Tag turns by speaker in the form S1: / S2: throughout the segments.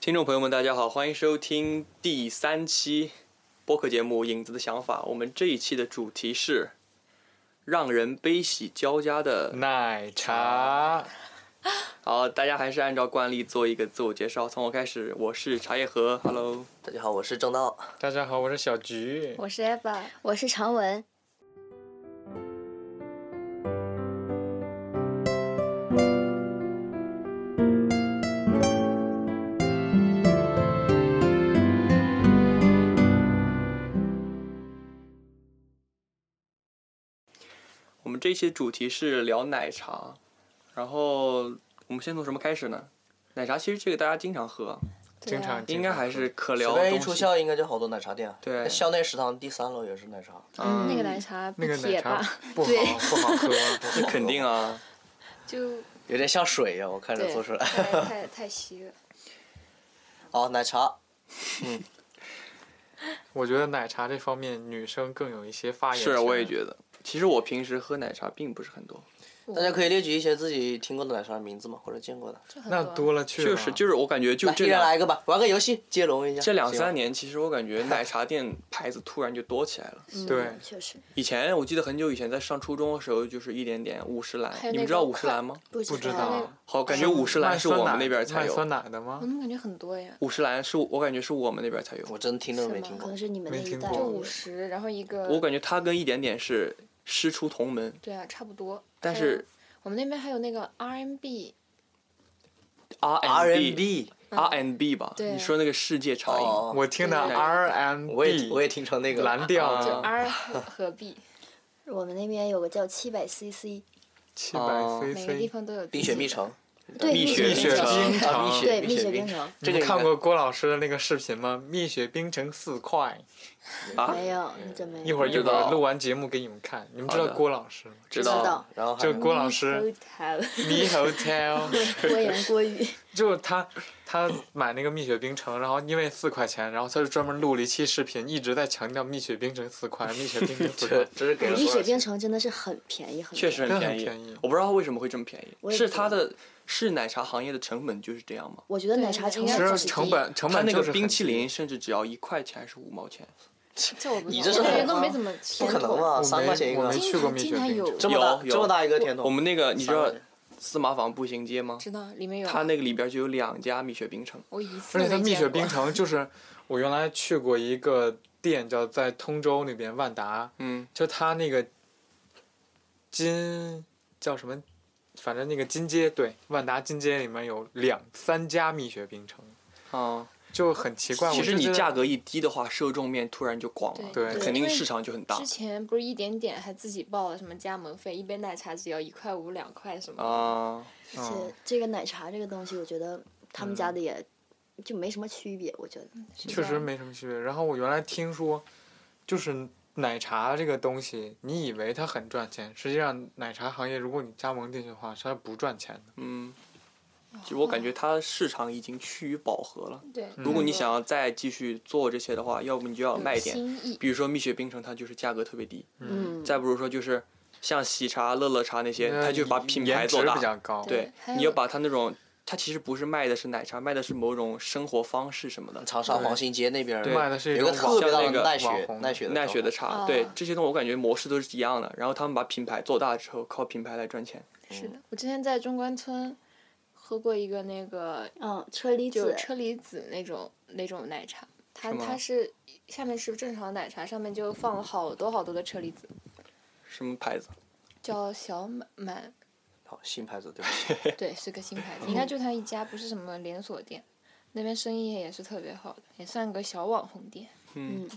S1: 听众朋友们，大家好，欢迎收听第三期播客节目《影子的想法》。我们这一期的主题是让人悲喜交加的。
S2: 奶茶，
S1: 好，大家还是按照惯例做一个自我介绍，从我开始，我是茶叶盒，Hello。
S3: 大家好，我是正道。
S2: 大家好，我是小菊。
S4: 我是 Eva，
S5: 我是常文，
S1: 我们这一期的主题是聊奶茶，然后我们先从什么开始呢？奶茶其实这个大家经常喝，
S4: 对
S2: 经
S4: 啊
S2: 常
S1: 应该还是可聊
S3: 随
S1: 的
S3: 便一
S1: 东
S3: 出
S1: 西。
S3: 校，应该就好多奶茶店。
S1: 对
S3: 那校内食堂第三楼也是奶茶，
S5: 啊
S1: 嗯
S4: 那个奶茶不
S2: 那个奶
S4: 铁
S2: 茶
S4: 吧，
S2: 不好
S4: 对
S2: 不好喝，
S3: 这
S1: 肯定啊，
S4: 就
S3: 有点像水呀、我看着
S4: 对
S3: 做出来。
S4: 太太太稀了。
S3: 好，奶茶，
S2: 我觉得奶茶这方面女生更有一些发言权。
S1: 是我也觉得。其实我平时喝奶茶并不是很多，
S3: 大家可以列举一些自己听过的奶茶名字嘛，或者见过的。
S4: 这很
S2: 那
S4: 多
S2: 多了去了。
S1: 就是就是我感觉就
S3: 来，一
S1: 这
S3: 人
S1: 两
S3: 来一个吧，玩个游戏接龙一下。
S1: 这两
S3: 行吧
S1: 三，年，其实我感觉奶茶店牌子突然就多起来了。
S6: 嗯
S4: 嗯
S2: 对
S5: 确实
S1: 以前我记得很久以前在上初中的时候，就是一点点五十兰
S4: 还，有
S1: 你们
S4: 那
S1: 知道
S4: 个
S1: 五十
S4: 快
S1: 兰吗？
S5: 不
S2: 不知
S5: 道
S4: 那
S2: 道
S4: 个。
S1: 好，感觉五十
S2: 卖
S1: 兰是
S2: 酸
S1: 我们
S2: 奶
S1: 那边才
S2: 卖
S1: 有，
S2: 酸奶的吗
S4: 我？哦怎么感觉很多呀？
S1: 五十兰是我感觉是我们那边才有。
S3: 我真听都没
S4: 是吗
S3: 听
S5: 可
S3: 过
S5: 能。是你们那
S2: 没
S5: 一
S2: 听
S5: 代
S2: 过
S4: 就
S2: 哦
S4: 五十，然后一个
S1: 我感觉它跟一点点是师出同门，
S4: 对啊，差不多。
S1: 但
S4: 还有
S1: 是
S4: 我们那边还有那个 RMB，
S1: R B
S3: R&B，
S1: R N B 吧？
S4: 对
S1: 你说那个世界茶饮，
S3: 哦，
S2: 我听的
S4: 对
S2: R M
S3: 我也
S2: B，
S3: 我也听成那个
S2: 蓝调
S1: 啊
S4: 就
S2: 的
S4: R 和和 B，
S5: 我们那边有个叫七百 CC，
S2: 七
S1: 哦
S2: 百
S4: 每个地
S2: CC。
S4: 方都有。
S3: 冰雪密。城，
S5: 对
S1: 蜜
S5: 蜜
S1: 雪
S5: 雪
S2: 冰城
S5: 城，
S3: 啊，
S2: 冰
S3: 蜜
S2: 城
S5: 对
S3: 雪
S5: 蜜雪
S3: 冰
S5: 冰城
S3: 这
S2: 你
S3: 个
S2: 们
S3: 应
S2: 看
S3: 该
S2: 过郭老师的那个视频吗？蜜雪冰城四块。
S1: 啊
S6: 哎
S5: 没有，你怎么
S2: 一会儿一
S1: 知
S2: 会
S1: 道
S2: 儿录完节目给你们看。你们
S1: 好
S2: 知道
S1: 的
S2: 郭老师吗？
S1: 知
S5: 道
S1: 道
S3: 然后还
S2: 就
S3: 有
S2: 郭老师，Mi Hotel。
S5: 郭言郭 语，
S2: 就他他买那个蜜雪冰城，然后因为四块钱，然后他就专门录了一期视频，一直在强调蜜雪冰城四块，蜜雪冰城四
S3: 这
S2: 块。
S3: 这是给了
S5: 蜜
S3: 多少
S5: 雪
S3: 钱
S5: 冰城真的是很便宜，很
S1: 确实
S5: 便宜
S2: 真的
S1: 便
S2: 很
S1: 宜
S2: 便宜。
S1: 我不知道为什么会这么便
S5: 我
S1: 宜，
S5: 也
S1: 是
S5: 不知
S1: 它
S5: 道
S1: 的是奶茶行业的成本就是这样吗？
S5: 我觉得
S4: 对
S5: 奶茶成
S4: 应
S2: 其
S4: 该
S5: 本
S2: 实
S5: 就是
S2: 成
S5: 低，
S2: 本成
S1: 它
S2: 本
S1: 那
S2: 就
S1: 个
S2: 是很
S1: 冰淇
S2: 低
S1: 淋甚至只要一块钱还是五毛钱，
S4: 这我不
S3: 你
S4: 知
S3: 这是
S4: 道，我感觉
S3: 很
S4: 都没
S5: 啊
S3: 夸
S4: 怎么
S3: 不
S4: 吃
S3: 可能
S4: 过。
S3: 吧？
S2: 我
S3: 三
S2: 没
S3: 块钱一
S2: 我没
S3: 个，
S4: 经
S2: 去过
S4: 常
S2: 蜜
S4: 经
S2: 雪
S4: 常
S2: 冰
S4: 有
S2: 城
S3: 这么大
S1: 有有
S3: 这么大一个甜筒，
S1: 我们那个你知
S3: 三
S1: 道
S3: 块钱
S1: 司马坊步行街吗？
S4: 知道里面
S2: 啊
S4: 有，
S1: 它那个里边就有两家蜜雪冰城，
S4: 我一次
S2: 而且它
S4: 没
S2: 蜜
S4: 见
S2: 雪
S4: 过
S2: 冰城就是我原来去过一个店，叫在通州那边万达，
S1: 嗯，
S2: 就它那个金叫什么，反正那个金街对，万达金街里面有两三家蜜雪冰城，
S1: 啊，
S2: 就很奇怪。
S1: 其
S2: 我
S1: 实
S2: 就
S1: 你
S2: 觉得
S1: 价格一低的话，受众面突然就广了，
S2: 对
S1: 肯
S4: 因
S1: 定
S4: 为
S1: 市场就很大
S4: 之前不是一点点还自己报了什么加盟费，一杯奶茶只要一块五、两块什么的。
S1: 啊。
S2: 哦
S5: 而
S2: 嗯
S5: 且这个奶茶这个东西，我觉得他们家的也就没什么区别，我觉得
S4: 是
S2: 确
S4: 吧
S2: 实没什么区别。然后我原来听说，就是奶茶这个东西，你以为它很赚钱，实际上奶茶行业如果你加盟进去的话，它是不赚钱的。
S1: 嗯，就我感觉它市场已经趋于饱和了。
S4: 对。
S2: 嗯
S1: 如果你想要再继续做这些的话，要不你嗯就要卖
S4: 有
S1: 点，
S4: 新意，
S1: 比如说蜜雪冰城，它就是价格特别低，
S5: 嗯，
S1: 再不如说就是像喜茶、乐乐茶那些，
S2: 那
S1: 它就把
S2: 颜
S1: 品
S2: 颜
S1: 牌做
S2: 值
S1: 大
S2: 比。较高。
S4: 对
S1: 对
S4: 还，
S1: 你要
S4: 有
S1: 把它那种，它其实不是卖的是奶茶，卖的是某种生活方式什么的。
S3: 长沙黄兴街那边儿
S1: 对
S2: 卖的是一
S3: 有
S2: 种
S3: 个特别大
S1: 像那个
S3: 的奈
S2: 网
S3: 雪
S2: 红
S3: 奈雪的
S1: 奈雪的
S3: 茶
S1: 茶，
S4: 哦
S1: 对这些东西我感觉模式都是一样的。然后他们把品牌做大之后，靠品牌来赚钱。
S4: 是的。我之前在中关村喝过一个那个
S5: 嗯，车厘
S4: 就
S5: 子
S4: 是车厘子那种那种奶茶，它
S1: 是吗
S4: 它是下面是正常的奶茶，上面就放了好多好多的车厘子，
S1: 什么牌子？
S4: 叫小满满，
S3: 好新牌子，对不起。
S4: 对，是个新牌子，应该就它一家，不是什么连锁店。那边生意也是特别好的，也算个小网红店。
S1: 嗯
S5: 嗯，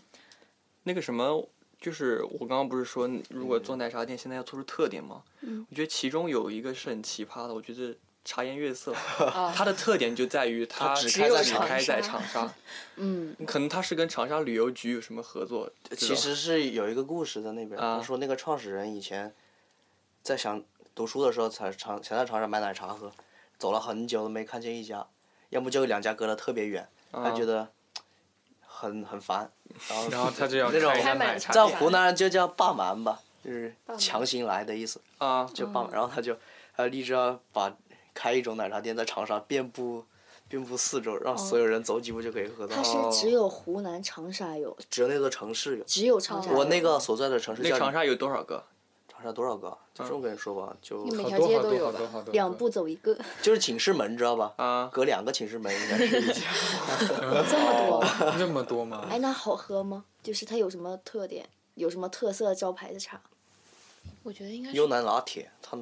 S1: 那个什么，就是我刚刚不是
S3: 嗯
S1: 说，如果做奶茶店，现在要做出特点吗？
S5: 嗯
S1: 我觉得其中有一个是很奇葩的，我觉得茶颜悦色，
S4: 啊，
S1: 它的特点就在于它
S3: 它只
S1: 只
S3: 开在
S1: 开在
S4: 长
S1: 长沙，
S5: 嗯，
S1: 可能它是跟长沙旅游局有什么合作？这种
S3: 其实是有一个故事在那边，
S1: 啊
S3: 他说那个创始人以前在想读书的时候，才长想在长沙买奶茶喝，走了很久都没看见一家，要么就两家隔得特别远，
S1: 啊
S3: 他觉得很很烦，然后
S2: 然后他就要
S3: 那种
S2: 开一家
S4: 开满
S2: 奶茶
S3: 在
S4: 长
S2: 店，
S4: 沙
S3: 湖南就叫霸蛮吧，就是
S4: 霸蛮
S3: 强行来的意思，
S1: 啊，
S3: 就霸蛮，然后他就他立志要把开一种奶茶店在长沙遍布并布四周，让所有人走几步就可以喝到
S6: 它。是哦只有湖南长沙有，
S3: 只有那座城市有。
S6: 只有长沙有。
S3: 我那个所在的城市
S1: 那
S3: 叫
S1: 长沙有多少个？
S3: 长沙多少个？就是我跟你说吧，就
S4: 你每
S2: 好
S4: 条
S2: 多
S4: 街
S2: 好
S4: 都
S2: 多
S4: 有
S2: 好
S4: 吧
S2: 多好多。
S6: 两 步走一个，
S3: 就是寝室门，你知道吧？
S1: 啊
S3: 隔两个寝室门应该 是一家。
S6: 这么多。
S2: 那么多吗？
S6: 哎，那好喝吗？就是它有什么特点？有什么特色招牌的茶？
S4: 我觉得应该是
S3: 优南拿铁，它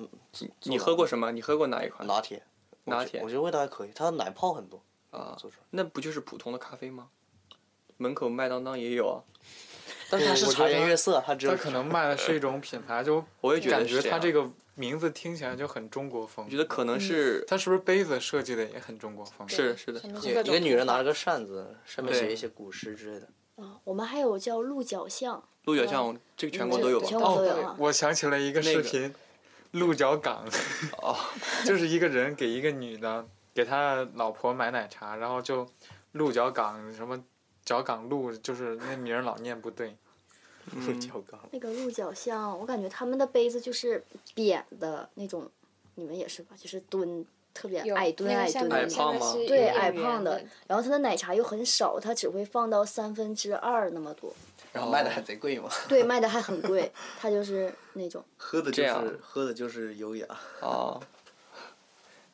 S1: 你喝过什么？你喝过哪一款？
S3: 拿铁，嗯我
S1: 拿
S3: 觉
S1: 铁
S3: 我觉得味道还可以，它的奶泡很多
S1: 啊，
S3: 做出来，
S1: 那不就是普通的咖啡吗？门口麦当当也有啊，
S3: 但是它是
S2: 我
S3: 茶
S2: 觉得
S3: 颜悦色，它只有
S2: 它可能卖的是一种品牌， 就
S1: 我也觉得
S2: 感
S1: 是
S2: 觉
S1: 这
S2: 它
S1: 样
S2: 这个名字听起来就很中国风
S1: 我觉。得可能是
S2: 它是不是杯子设计的也很中国风？
S1: 是的是的
S4: 什么
S3: 一
S4: 各
S3: 个一
S4: 种
S3: 个女人
S4: 头
S3: 拿
S4: 发
S3: 着个扇子，上面
S1: 对
S3: 写一些古诗之类的。
S6: 啊，我们还有叫鹿角巷，
S1: 鹿角巷，这个全国
S6: 嗯
S1: 都有吧？
S6: 全国
S2: 哦
S6: 都有啊，。
S2: 我想起了一个
S1: 那
S2: 视
S1: 个
S2: 频，鹿角港，
S1: 哦，
S2: 就是一个人给一个女的给他老婆买奶茶，然后就鹿角港什么角港鹿，就是那名儿老念不嗯对。
S3: 鹿角港，
S6: 那个鹿角巷，我感觉他们的杯子就是扁的那种，你们也是吧？就是蹲，特别
S4: 有
S6: 矮蹲
S4: 那个
S6: 矮
S4: 下
S6: 蹲
S1: 矮
S6: 的那
S4: 面下
S1: 胖
S6: 种。
S4: 面
S1: 吗
S4: 是
S6: 对，
S4: 有
S6: 矮
S4: 点
S6: 胖
S4: 圆
S6: 的，然后它的奶茶又很少，它只会放到三分之二那么多。
S3: 然后卖的还贼贵嘛。
S6: 对，卖的还很贵，它就是那种
S3: 喝的
S1: 这
S3: 就
S1: 样
S3: 是喝的就是优雅。
S1: 哦，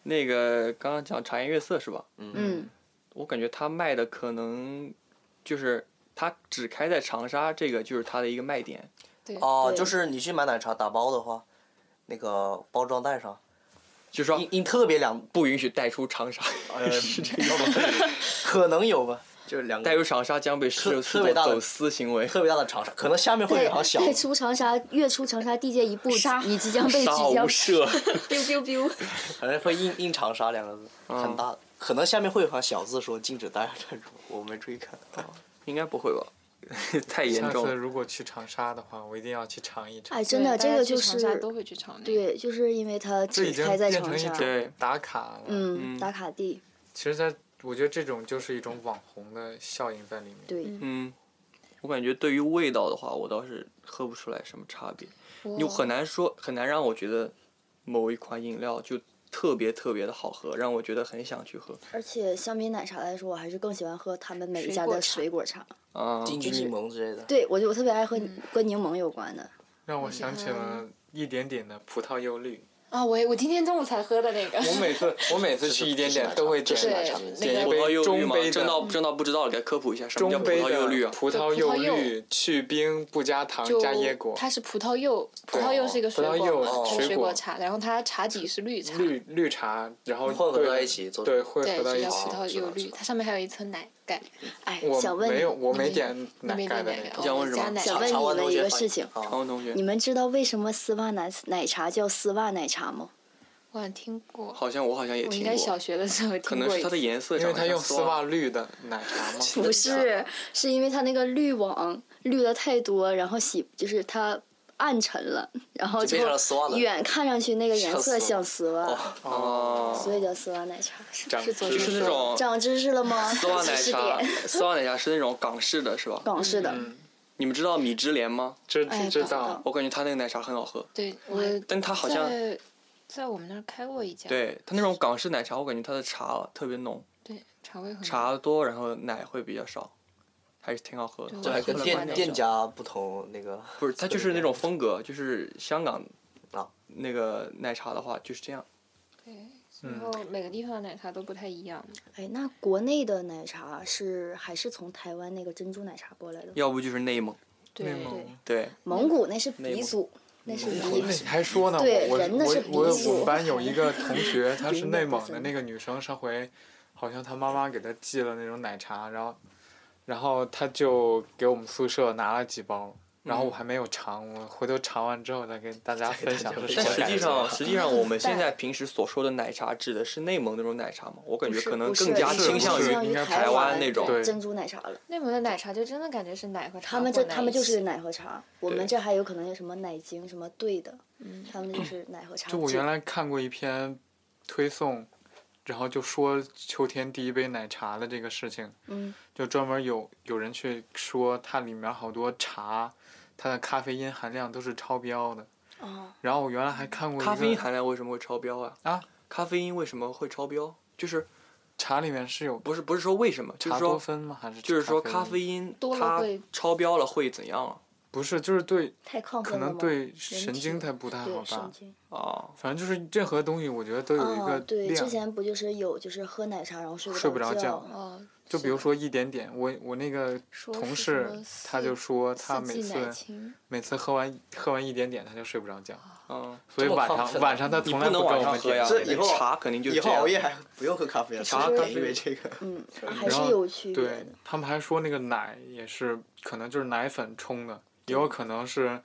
S1: 那个刚刚讲茶颜悦色是吧？
S6: 嗯，
S1: 我感觉它卖的可能就是它只开在长沙，这个就是它的一个卖点。
S4: 对
S3: 哦，
S6: 对
S3: 就是你去买奶茶打包的话，那个包装袋上
S1: 就是说
S3: 印印特别两，
S1: 不允许带出长沙，
S3: 呃，哦 是这个吗？可能有吧，就是两
S1: 带
S3: 个
S1: 入长沙将被视视
S3: 特特
S1: 作
S3: 别大的
S1: 走私行为。
S3: 特别大的长沙，可能下面会
S6: 对
S3: 有一行小
S6: 对，出长沙，越出长沙地界一步，你即将被
S1: 杀
S6: 即将
S1: 无赦，
S6: biu biu biu。
S3: 反正会印印长沙两个字，
S1: 啊
S3: 很大
S6: 嗯
S3: 的，可能下面会有一行小字说禁止大家站住，我没注意看。
S6: 哦
S3: 哦
S1: 应该不会吧？ 太严
S2: 下
S1: 重
S2: 次
S1: 了。
S2: 如果去长沙的话，我一定要去尝一尝。
S6: 哎，真
S4: 对
S6: 的，
S4: 大
S6: 这
S4: 家
S6: 个
S4: 去
S6: 就
S4: 长沙
S6: 是
S4: 都会去尝那个。
S6: 对，就是因为它
S2: 这
S6: 只
S2: 已经
S6: 开在
S2: 变
S6: 长
S2: 成一
S6: 沙，
S2: 种打卡了。
S1: 嗯
S6: 嗯，打卡地，
S2: 其实它，我觉得这种就是一种网红的效应在里面。
S6: 对，
S1: 嗯，我感觉对于味道的话，我倒是喝不出来什么差别。你
S4: 哇
S1: 很难说，很难让我觉得某一款饮料就特别特别的好喝，让我觉得很想去喝
S6: 而且相比奶茶来说，我还是更喜欢喝他们每一
S4: 水
S6: 家
S4: 果
S6: 的
S4: 茶
S6: 水果茶。
S1: 啊。
S3: 金桔柠檬之类的，
S6: 对，我就我特别爱喝跟柠檬有关的。
S2: 让我想起了一点点的葡萄柚绿。
S4: 啊，我也我今天中午才喝的那个。
S2: 我每次我每次去一点点都会
S3: 这
S2: 点
S3: 是奶
S4: 对
S3: 茶，
S4: 那
S2: 点
S4: 个
S1: 葡萄柚绿
S2: 中
S1: 吗？
S2: 杯的
S1: 正道正道不知道了，给科普一下什么
S2: 中
S1: 叫葡
S2: 杯
S1: 萄
S2: 的
S1: 柚绿啊？
S2: 葡萄柚
S4: 就葡萄
S2: 绿，去冰不加糖
S4: 就
S2: 哦加椰果，哦
S4: 它是葡萄柚，葡萄柚是一个
S2: 葡
S4: 水
S2: 萄
S4: 果嘛
S2: 柚，
S4: 就是
S2: 水
S4: 水
S2: 果
S4: 果茶，然后它茶底是绿茶，
S2: 绿绿茶，然后
S3: 混合
S2: 兑
S3: 到一起做
S2: 对，
S3: 成
S2: 混
S4: 对，
S2: 合到
S4: 就
S2: 一
S4: 叫
S2: 起
S4: 葡。萄柚绿，它上面还有一层奶盖，
S6: 哎，
S2: 我
S6: 想问
S2: 没有，
S6: 你，
S2: 我
S4: 你
S2: 没
S4: 没
S2: 点
S4: 那
S2: 奶
S4: 边
S2: 盖
S4: 的
S2: 的
S4: 奶
S2: 那
S4: 盖，
S2: 个。
S1: 想
S4: 我
S1: 问
S4: 们
S1: 什么
S4: 加奶
S6: 想
S4: 茶
S6: 问
S3: 长
S6: 你
S3: 湾
S6: 们
S3: 同
S6: 一
S3: 学
S6: 个
S3: 欢
S6: 事
S3: 迎
S6: 情，哦
S3: 啊
S1: 唐同学
S6: 你，们知道为什么丝袜奶奶茶叫丝袜奶茶吗？
S4: 我好像听过，
S1: 好像我好像也
S4: 我应
S1: 听
S4: 该小
S1: 过，
S4: 学的时候
S1: 可
S4: 听
S1: 能
S4: 过
S1: 是
S4: 一
S1: 它的
S4: 次。
S1: 颜色
S2: 因
S1: 长
S2: 为
S1: 得
S2: 它
S1: 像
S2: 用
S1: 丝啊
S2: 丝袜绿的奶茶吗？
S6: 不是，是因为它那个滤网滤的太多，然后洗就是它暗沉了，然后
S3: 就变成了丝袜了
S6: 远看上去那个颜色像丝袜，
S1: 哦，
S6: 所以叫丝袜奶茶。
S2: 长
S4: 是做
S1: 就
S4: 成
S1: 是
S4: 这
S1: 那
S4: 样
S1: 种
S6: 长知识了吗？
S1: 丝袜奶
S6: 知识
S1: 茶 嗯
S6: 点，，
S1: 丝袜奶茶是那种港式的是吧？
S6: 港式的。
S1: 你们知道米芝莲吗？
S2: 知
S6: 哎
S2: 知知
S6: 不知
S2: 道
S6: 道，
S1: 我感觉它那个奶茶很好喝，
S4: 对，我
S1: 但它好像
S4: 在在我们那儿开过一家，
S1: 对它那种港式奶茶，我感觉它的茶特别浓，
S4: 对，茶
S6: 嗯
S4: 味很
S1: 茶多，然后奶会比较少，还是挺好喝的。
S4: 对
S3: 这还跟
S4: 后来
S3: 店
S4: 关掉
S3: 店家不同那个。
S1: 不是，它就是那种风格，就是香港
S3: 啊
S1: 那个奶茶的话就是这样。
S4: 对，然后每个地方的奶茶都不太一样。
S6: 哎，那国内的奶茶是还是从台湾那个珍珠奶茶过来的吗？
S1: 要不就是内蒙，
S4: 对
S2: 内蒙
S1: 对，
S6: 蒙古那是
S1: 内
S6: 鼻
S1: 蒙
S6: 祖，那是鼻
S2: 哎还说呢，
S6: 对
S2: 我我
S6: 人的是
S2: 我我
S6: 鼻祖
S2: 我们班有一个同学，她是
S6: 人的
S2: 内
S6: 不
S2: 蒙的
S6: 分
S2: 那个女生，上回好像她妈妈给她寄了那种奶茶，然后然后她就给我们宿舍拿了几包，然后我还没有尝，我回头尝完之后再给大家分享是什
S1: 但
S2: 么
S1: 实
S2: 感
S1: 际
S2: 觉。
S1: 上，实际上我们现在平时所说的奶茶指的是内蒙那种奶茶嘛？我感觉
S6: 是
S1: 可能
S6: 不是
S1: 更加
S6: 是
S1: 倾向
S6: 倾
S1: 于
S6: 于
S2: 应该
S1: 台
S6: 台
S1: 湾那种
S2: 对
S6: 珍珠奶茶了。
S4: 内蒙的奶茶就真的感觉是啊奶和茶
S6: 他们
S4: 混
S6: 这
S4: 在
S6: 他们
S4: 一
S6: 就
S4: 起
S6: 是奶和茶，我
S1: 对
S6: 们这还有可能有什么奶精什么兑的，他们就是奶和茶。
S2: 就我原来看过一篇推送，然后就说秋天第一杯奶茶的这个事情，
S6: 嗯，
S2: 就专门有有人去说它里面好多茶，它的咖啡因含量都是超标的。
S6: 哦，
S2: 然后我原来还看过一个
S1: 咖啡因含量为什么会超标啊？
S2: 啊，
S1: 咖啡因为什么会超标？就是
S2: 茶里面是有
S1: 不是不是说为什么，就是
S2: 茶多
S1: 说
S2: 酚吗？还是
S1: 就是说咖
S2: 啡因？
S1: 啡因
S4: 多了
S1: 它
S4: 会
S1: 超标了会怎样啊
S2: 不是，就是对，
S6: 太亢
S2: 可
S6: 奋了
S2: 能
S6: 吗？
S2: 对神
S6: 体
S2: 经它不太好
S6: 对
S2: 吧
S6: 神。经。
S1: 啊？
S2: 反正就是任何东西，我觉得都有一
S6: 哦
S2: 个，
S6: 对，之
S2: 量。
S6: 前不就是有就是喝奶茶然后睡
S2: 睡
S6: 不
S2: 不着
S6: 觉
S2: 觉
S6: 吗，
S4: 哦，
S2: 就比如说一点点，我我那个
S4: 说
S2: 同
S4: 是什
S2: 事
S4: 么
S2: 他
S4: 四
S2: 就说他
S4: 四
S2: 每
S4: 季奶
S2: 次
S4: 青，
S2: 每次喝完喝完一点点他就睡不着觉，
S4: 哦
S1: 嗯，
S2: 所以
S1: 这么
S2: 晚
S1: 亢
S2: 上
S1: 奋
S2: 晚上他从来
S1: 不能
S2: 跟
S1: 晚
S2: 我
S1: 上
S2: 们
S1: 喝
S2: 点
S1: 呀，
S3: 这以后
S1: 茶肯定就是
S3: 以
S1: 这
S3: 后熬
S1: 样。
S3: 夜还不用喝咖啡了，
S1: 茶
S3: 就是
S1: 咖啡
S3: 因为这个。
S6: 嗯，还是
S2: 然后
S6: 有区别
S2: 对
S6: 的。
S2: 他们还说那个奶也是可能就是奶粉冲的，也有可能是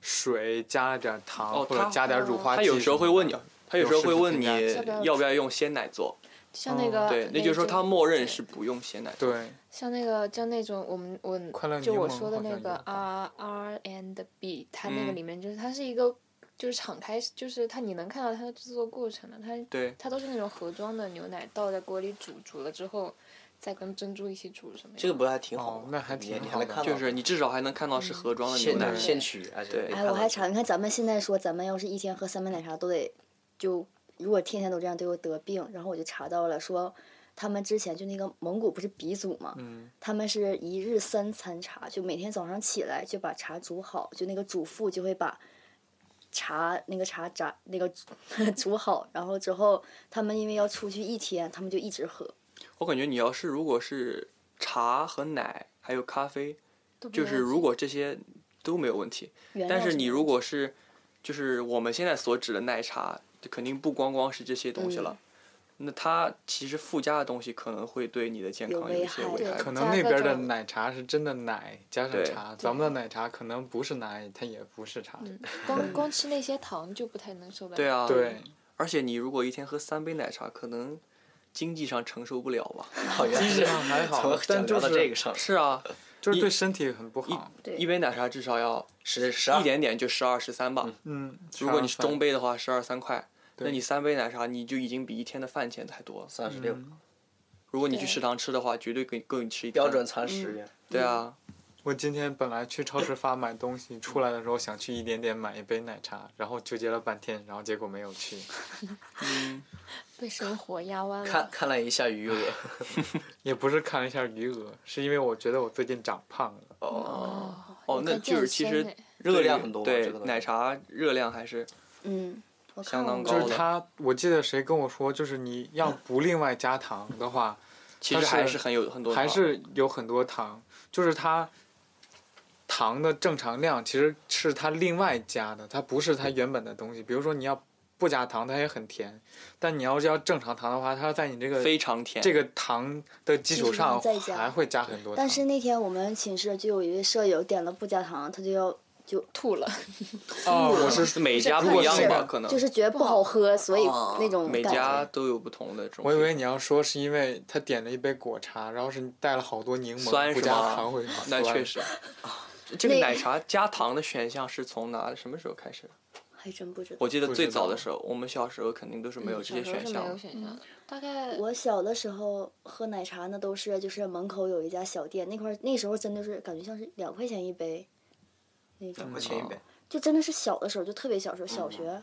S2: 水加了点糖、
S1: 哦
S2: 或者
S1: 他
S2: 加点乳化
S1: 他
S2: 剂什么的。
S1: 有时候会问你，他有时候会问你
S2: 有食品添
S4: 加剂
S1: 要不要用鲜奶做，
S4: 就像那个、
S2: 哦
S1: 嗯对，那就是说他默认是不用鲜奶做。
S2: 对
S4: 像那个就那种我们我
S2: 快乐
S4: 就
S2: 柠
S4: 我
S2: 檬
S4: 说的
S2: 好
S4: 那
S2: 像
S4: 个
S2: 有吧
S4: R R and B，它那个
S1: 嗯
S4: 里面就是它是一个就是敞开，就是它你能看到它的制作过程的，它
S1: 对
S4: 它都是那种盒装的牛奶倒在锅里煮，煮了之后再跟珍珠一起煮什么样。
S3: 这个不是还挺好
S2: 哦
S3: 吗？，
S2: 那还
S3: 你
S2: 挺
S3: 你还
S2: 好
S3: 能
S2: 的。
S3: 看到
S1: 就是你至少还能看到是盒装的牛
S3: 现
S1: 嗯奶
S3: 奶，现取，而且
S1: 对
S6: 哎，我还查，你看咱们现在说，咱们要是一天喝三杯奶茶都得，就如果天天都这样都会得病。然后我就查到了说，他们之前就那个蒙古不是鼻祖嘛，
S2: 嗯，
S6: 他们是一日三餐茶，就每天早上起来就把茶煮好，就那个主妇就会把茶那个茶榨那个 煮好，然后之后他们因为要出去一天，他们就一直喝。
S1: 我感觉你要是如果是茶和奶还有咖啡，
S4: 都不
S1: 就是
S4: 能
S1: 如果这些都没有问题，
S6: 原
S1: 但
S6: 料
S1: 是
S6: 什
S1: 你
S6: 么
S1: 如果是就是我们现在所指的奶茶，就肯定不光光是这些东西了。那它其实附加的东西可能会对你的健
S6: 有
S1: 康有
S6: 危
S1: 一些
S6: 害
S1: 危
S4: 对
S1: 害。
S2: 可
S4: 呃加
S2: 能那
S4: 各
S2: 边的
S4: 种
S2: 奶茶是真的奶加上
S1: 对
S2: 茶，咱们的奶茶可能不是奶，它也不是茶。
S4: 嗯光光吃那些糖就不太能受得了。
S1: 对啊，
S2: 对，
S1: 而且你如果一天喝三杯奶茶，可能经济上承受不了吧？
S3: 好原
S2: 实际上还好
S3: 从，
S2: 但就
S3: 讲到
S2: 是
S3: 这个上，
S1: 是啊，
S2: 就是
S1: 一
S2: 对身体很不好。
S6: 对
S1: 一杯奶茶至少要
S3: 十十二
S1: 一点点就十二十三吧。
S2: 嗯，
S1: 如果你是中
S2: 杯，
S1: 杯的话，十二三块。那
S2: 对
S1: 你三杯奶茶，你就已经比一天的饭钱还多了。
S3: 三十六，
S2: 嗯
S1: 如果你去
S6: 对
S1: 食堂吃的话，绝对给够你吃一天
S3: 标
S1: 了
S3: 准。
S6: 嗯
S3: 餐十元，
S1: 对啊，
S2: 我今天本来去超市发买东西，出来的时候想去一点点买一杯奶茶，然后纠结了半天，然后结果没有去，
S4: 被生活压弯
S3: 看
S4: 了。
S3: 看了一下余额，
S2: 也不是看了一下余额，是因为我觉得我最近长胖了。
S1: 哦
S4: 哦
S1: 哦，那就是其实
S3: 热
S1: 对
S3: 量很多嘛，
S1: 对
S3: 这个东西
S1: 奶茶热量还是
S6: 嗯，我看
S1: 相当
S6: 我
S1: 高
S2: 就
S1: 了
S2: 是他，我记得谁跟我说，就是你要不另外加糖的话，
S1: 其实
S2: 它是
S1: 还是很有很多
S2: 还
S1: 糖
S2: 是有很多糖，就是它糖的正常量其实是它另外加的，它不是它原本的东西。比如说你要不加糖，它也很甜，但你要是要正常糖的话，它要在你这个
S1: 非常甜。
S2: 这个糖的基础上
S6: 基础上再加
S2: 还会加很多糖。哦
S6: 但是那天我们寝室就有一位舍友点了不加糖，他就要
S4: 吐了，
S2: 哦，我是
S1: 是每家
S6: 如
S1: 啊不
S6: 果
S1: 一样
S6: 是
S1: 吧？可能
S6: 就是觉得不好喝，所以
S3: 哦
S6: 那种
S1: 每
S6: 感
S1: 家
S6: 觉。
S1: 都有不同的这种。
S2: 我以为你要说是因为他点了一杯果茶，然后是带了好多柠
S1: 酸
S2: 檬，不
S1: 是
S2: 加
S1: 吗
S2: 糖会很
S1: 那
S2: 酸
S1: 确。 实，啊这个
S6: 那
S1: 奶茶加糖的选项是从哪什么时候开始的？
S6: 还真不知道。
S1: 我记得
S2: 不
S1: 最
S2: 知
S1: 早的
S2: 道
S1: 时候，我们小时候肯定都是没有这
S4: 嗯
S1: 些
S4: 小时
S1: 选
S4: 候是
S1: 项嗯
S4: 没有
S1: 的。
S4: 选项的。大概
S6: 我小的时候喝奶茶那都是就是门口有一家小店，那块儿那时候真的是感觉像是两块钱一杯，那
S1: 嗯
S6: 种
S3: 两块钱一杯，
S6: 就真的是小的时候，就特别小时候，小学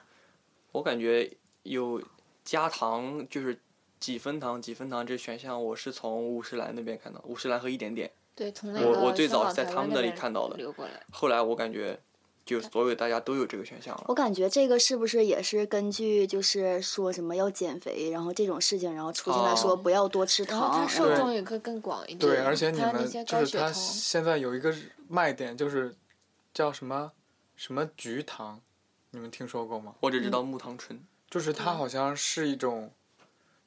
S1: 我感觉有加糖，就是几分糖几分糖这选项，我是从五十岚那边看到，五十岚和一点点。
S4: 对，从那
S1: 我
S4: 个
S1: 我最
S4: 香
S1: 早
S4: 港
S1: 是在
S4: 台
S1: 他
S4: 湾
S1: 们
S4: 那
S1: 那里
S4: 边
S1: 看到的
S4: 流过来。
S1: 后来我感觉，就所有大家都有这个选项了。
S4: 哦
S6: 我感觉这个是不是也是根据就是说什么要减肥，然后这种事情，然后出现
S1: 哦
S6: 了说不要多吃
S4: 然后
S6: 糖
S4: 它，受
S2: 哦对
S4: 众也会更广一点。
S2: 对，而且你
S4: 它那
S2: 们
S4: 些
S2: 就
S4: 高
S2: 是
S4: 血
S2: 它
S4: 糖，
S2: 现在有一个卖点，就是叫什么什么菊糖，你们听说过吗？
S1: 我只
S4: 嗯
S1: 知道木糖醇，
S2: 就是它好像是一种，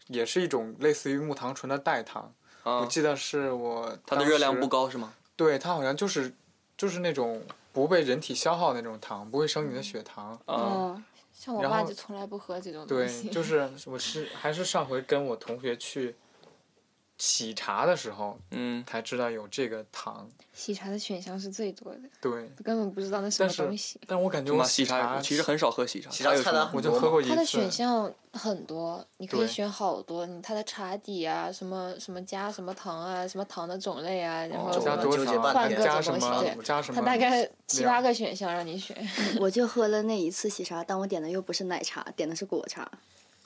S2: 也是一种类似于木糖醇的代糖。我
S1: 啊，
S2: 记得是我
S1: 它的
S2: 当
S1: 热量
S2: 时
S1: 不，高是吗？
S2: 对它好像就是就是那种不被人体消耗那种糖，不会升你的血糖。
S1: 啊，
S6: 嗯，
S4: 像我
S2: 然
S4: 爸
S2: 后
S4: 就从来不喝这种东
S2: 对
S4: 西。，
S2: 就是我是还是上回跟我同学去喜茶的时候
S1: 嗯，
S2: 才知道有这个糖。
S4: 喜茶的选项是最多的，
S2: 对，
S4: 根本不知道那什
S2: 但
S4: 么东
S2: 是
S4: 西。
S2: 但我感觉
S1: 对
S2: 我
S1: 吧？喜茶
S2: 茶
S1: 其实很少喝喜茶，
S3: 喜
S1: 它
S3: 茶
S1: 有
S3: 菜
S1: 什
S3: 单
S1: 么？
S2: 我
S3: 很
S2: 就
S3: 多
S2: 喝
S3: 嘛，
S2: 过一次。
S4: 它的选项很多，你可以
S2: 对
S4: 选好多，你它的茶底啊，什么什么加什么糖啊，什么糖的种类啊，然后
S1: 哦
S4: 什
S2: 加
S4: 么
S2: 多
S3: 纠结
S2: 少？
S3: 半
S2: 还
S4: 天
S2: 加什
S4: 换各种
S2: 么
S4: 东？西
S2: 加什
S4: 它
S2: 么？
S4: 大概七
S2: 量
S4: 八个选项让你选，
S6: 嗯 我就喝了那一次喜茶，但我点的又不是奶茶，点的是果茶，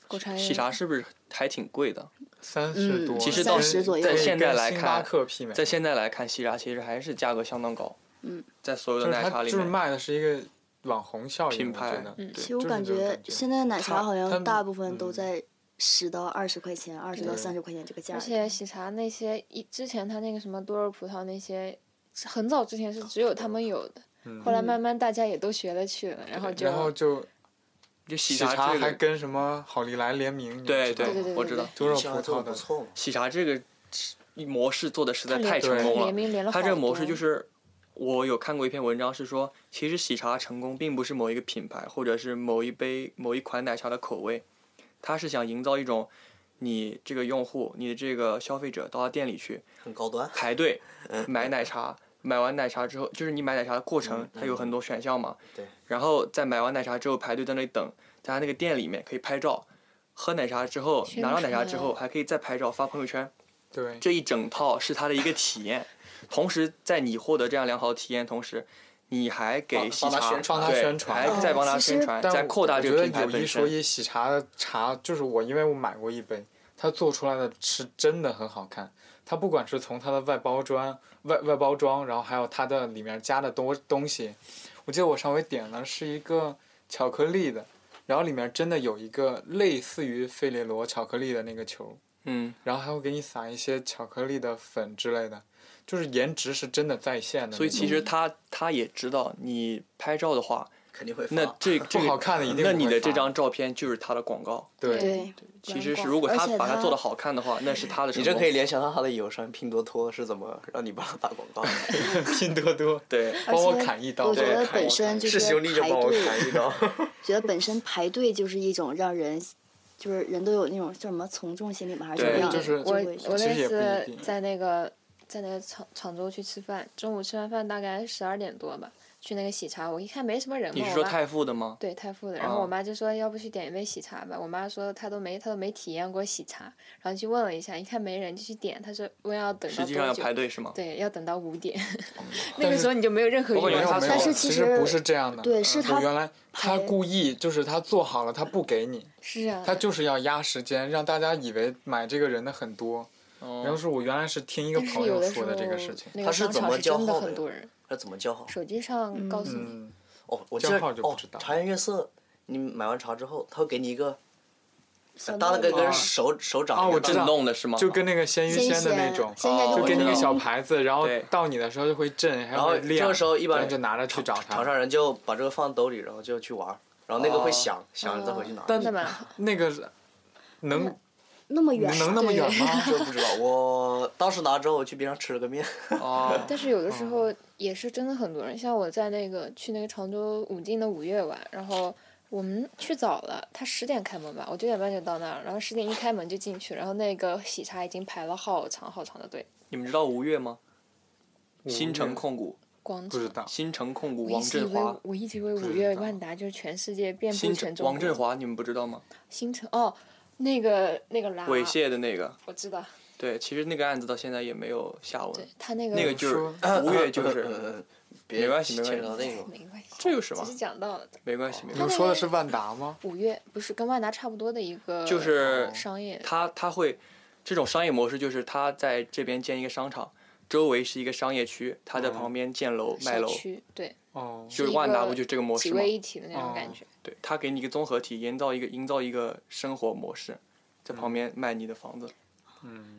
S4: 果茶
S1: 喜
S4: 叶
S1: 茶是不是还挺贵的？
S2: 三十
S6: 嗯
S2: 多了，
S1: 其实
S6: 到
S2: 跟
S6: 30左右
S2: 可以
S1: 在现
S2: 跟
S1: 在来
S2: 星
S1: 看
S2: 巴克媲美，
S1: 在现在来看，喜茶其实还是价格相当高。
S6: 嗯，
S1: 在所有
S2: 就
S1: 的
S2: 是
S1: 奶
S2: 它
S1: 茶里
S2: 就是
S1: 面，
S2: 卖的是一个网红效应，
S1: 品
S2: 我觉
S1: 牌
S2: 得
S1: 嗯
S6: 其
S2: 对
S6: 实
S2: 就
S6: 我
S2: 是
S6: 感
S2: 这种
S6: 觉
S2: 感
S6: 现在的奶
S2: 它
S6: 茶好
S2: 它
S6: 像大部分都
S2: 嗯
S6: 在十到二十块钱，二十到
S2: 对
S6: 三十块钱这个价
S4: 而
S6: 儿。
S4: 且喜茶那些一之前他那个什么多肉葡萄那些，是很早之前是只有他们有的，后来慢慢大家也都学了去了，然后就
S2: 嗯然后就
S1: 就喜
S2: 喜茶
S1: 这
S2: 还
S1: 个，
S2: 跟什么好利来联名，你
S1: 对
S2: 知道吗
S4: 对对
S1: 我知道
S4: 对
S2: 猪肉
S3: 现在
S2: 葡
S3: 做
S2: 萄
S3: 的
S2: 的
S3: 不错嘛。
S1: 喜茶这个模式做的实在
S4: 他
S1: 太
S4: 联
S1: 成
S2: 对
S1: 功
S4: 他
S1: 了
S4: 联。名联了
S1: 它这个
S4: 好
S1: 模式
S4: 多
S1: 就是，我有看过一篇文章是说，其实喜茶成功并不是某一个品牌或者是某一杯某一款奶茶的口味，它是想营造一种你这个用户、你的这个消费者到他店里去
S3: 很高端，
S1: 排队
S2: 嗯
S1: 买奶茶，买完奶茶之后，就是你买奶茶的过
S2: 嗯
S1: 程，它有很多选项嘛。
S3: 对。
S1: 然后在买完奶茶之后排队在那里等，在他那个店里面可以拍照。喝奶茶之后，拿到奶茶之
S6: 啊
S1: 后，还可以再拍照发朋友圈，
S2: 对，
S1: 这一整套是他的一个体 验。同时，在你获得这样良好体验同时，你还给
S3: 帮
S1: 喜
S3: 帮他
S1: 茶
S3: 宣传
S2: 帮他
S1: 对
S2: 宣传
S1: 还在帮他
S6: 哦其
S1: 宣
S6: 实
S1: 传，
S2: 但
S1: 在
S2: 我
S1: 扩大
S2: 我
S1: 这
S2: 觉
S1: 个
S2: 得
S1: 品牌
S2: 有一
S1: 本
S2: 说
S1: 身。嗯
S2: 一，喜茶的茶就是我，因为我买过一杯，它做出来的是真的很好看。它不管是从它的外包装、外外包装，然后还有它的里面加的多东西，我记得我上回点了是一个巧克力的，然后里面真的有一个类似于费列罗巧克力的那个球，
S1: 嗯，
S2: 然后还会给你撒一些巧克力的粉之类的，就是颜值是真的在线的那种。
S1: 所以其实他他也知道，你拍照的话，
S3: 肯定会发。
S1: 那 这
S2: 不
S1: 这个
S2: 好看的一定
S1: 那
S2: 不
S1: 你
S2: 会
S1: 的这
S2: 发
S1: 张照片就是他的广告。
S2: 对
S6: 对，
S1: 其实
S4: 阳
S1: 是
S4: 光
S1: 如果
S6: 而
S1: 他
S6: 且
S1: 把它
S6: 它
S1: 做的好看的话，那是他的成
S3: 你
S1: 功。
S3: 这可以联想到他的友商拼多多是怎么让你帮他打广告的，
S2: 拼多多
S1: 对，
S6: 而
S2: 帮我
S6: 且
S2: 砍一刀
S6: 我觉
S2: 对
S6: 得
S2: 砍
S6: 本
S2: 我
S6: 身 就是排
S3: 兄弟就帮我
S6: 队，
S3: 砍一刀。
S6: 觉得本身排队就是一种让人，就是人都有那种叫什么从众心理嘛，还是怎
S1: 对
S6: 么样的？
S2: 就是
S6: 就
S4: 我
S6: 会
S4: 我
S2: 其实
S4: 那
S2: 也不一
S4: 次
S2: 定
S4: 在那个在那个常常州去吃饭，中午吃完饭大概十二点多吧，去那个喜茶，我一看没什么人
S1: 你
S4: 嘛，
S1: 是
S4: 我
S1: 说
S4: 妈
S1: 太富的吗？
S4: 对太富的，然后
S1: 啊
S4: 我妈就说要不去点一杯喜茶吧，我妈说她都没她都没体验过喜茶，然后去问了一下，一看没人就去点，她说问要等
S1: 实
S4: 到
S1: 际上要
S4: 多久
S1: 排？队是吗？
S4: 对，要等到五点， 那
S2: 但
S4: 个
S2: 是
S4: 时候你就没有任何欲
S1: 我感觉
S4: 望
S1: 她
S4: 去
S2: 没有，
S1: 但
S4: 看
S1: 是
S6: 其
S2: 实不
S6: 实
S2: 是这样的。
S6: 对，是
S2: 我
S6: 他
S2: 嗯原来他
S6: 排
S2: 故意就是他做好了，他不给你，
S4: 是啊，
S2: 他就是要压时间，让大家以为买这个人的很多。然后
S1: 哦，
S2: 是我原来是听一个
S4: 但是
S2: 朋
S4: 有
S2: 友
S4: 的时
S2: 说
S4: 候
S2: 的这个事情，
S4: 那
S3: 他
S4: 个
S3: 是
S4: 商
S3: 怎
S4: 场
S3: 么
S4: 是
S3: 叫
S4: 真的
S3: 号
S4: 很
S3: 的
S4: 多人，
S3: 那怎么叫好？
S4: 手机上告诉你。
S2: 嗯，
S3: 哦，我记
S2: 叫
S3: 得
S2: 号就
S3: 哦
S2: 不知道，了
S3: 茶颜悦色，你买完茶之后，他会给你一个
S6: 小
S3: 搭了个
S6: 帽子
S3: 跟手手掌
S2: 啊
S3: 一
S2: 我
S3: 样
S2: 知
S3: 大
S1: 震
S2: 道
S3: 的，
S1: 动的是吗？
S2: 就跟那个鲜芋
S6: 先
S2: 仙的那种，
S6: 先先
S1: 哦
S2: 就
S1: 我
S2: 给你
S1: 知
S2: 一个
S1: 道
S2: 小牌子，然后
S1: 对
S2: 到你的时候就会震，还
S3: 然后
S2: 会
S3: 这
S2: 亮。
S3: 个时候一般
S2: 然后就拿着去找
S3: 潮
S2: 他。
S3: 汕人就把这个放兜里，然后就去玩儿，然后那个会响，响了再回去拿。
S4: 但那蛮好。
S2: 那个能
S6: 那么远，啊
S2: 能那么远吗？
S3: 这不知道，我当时拿之后我去边上吃了个面，
S1: 哦，
S4: 但是有的时候也是真的很多人，像我在那个去那个常州武进的五月晚，然后我们去早了，他十点开门吧，我九点半就到那儿了，然后十点一开门就进去，然后那个喜茶已经排了好长好长的队，
S1: 你们知道吴越吗？新
S2: 月
S1: 城控股，
S4: 广
S2: 不知
S4: 场。
S2: 道，
S1: 新城控股
S4: 我
S1: 王
S4: 一直以
S1: 振
S4: 为
S1: 华，
S4: 我一直以为五
S2: 知
S4: 月
S2: 道
S4: 万达就是全世界遍布
S1: 新
S4: 全
S1: 城
S4: 中国。
S1: 王振华，你们不知道吗？
S4: 新城哦，那个那个拉，
S1: 猥亵的那个，
S4: 我知道，
S1: 对，其那个案子到现在也没有下文
S4: 对。他那个
S1: 那个就是
S2: 嗯说呃
S1: 吴 越，就
S3: 嗯嗯
S1: 是
S3: 嗯别
S1: 没关系没关系
S3: 牵扯到那种。
S4: 没关系，
S1: 这有什么
S4: 只是讲到了
S1: 没关系，没
S2: 你
S1: 关
S2: 们
S1: 系。
S2: 说的是万达吗？
S4: 五月，不是跟万达差不多的一个
S1: 就是
S4: 商业
S1: 他他会这种商业模式，就是他在这边建一个商场，周围是一个商业区，他在
S2: 嗯
S1: 旁边建楼卖
S4: 社
S1: 楼，
S4: 区，对，
S2: 哦，
S1: 就是
S4: 一
S1: 万达
S4: 个
S1: 不就这个模
S4: 几
S1: 式吗
S4: 位？一体的那种感
S2: 哦
S4: 觉。
S1: 对，他给你一个综合体，营造一个营造一个生活模式，在
S2: 嗯
S1: 旁边卖你的房子。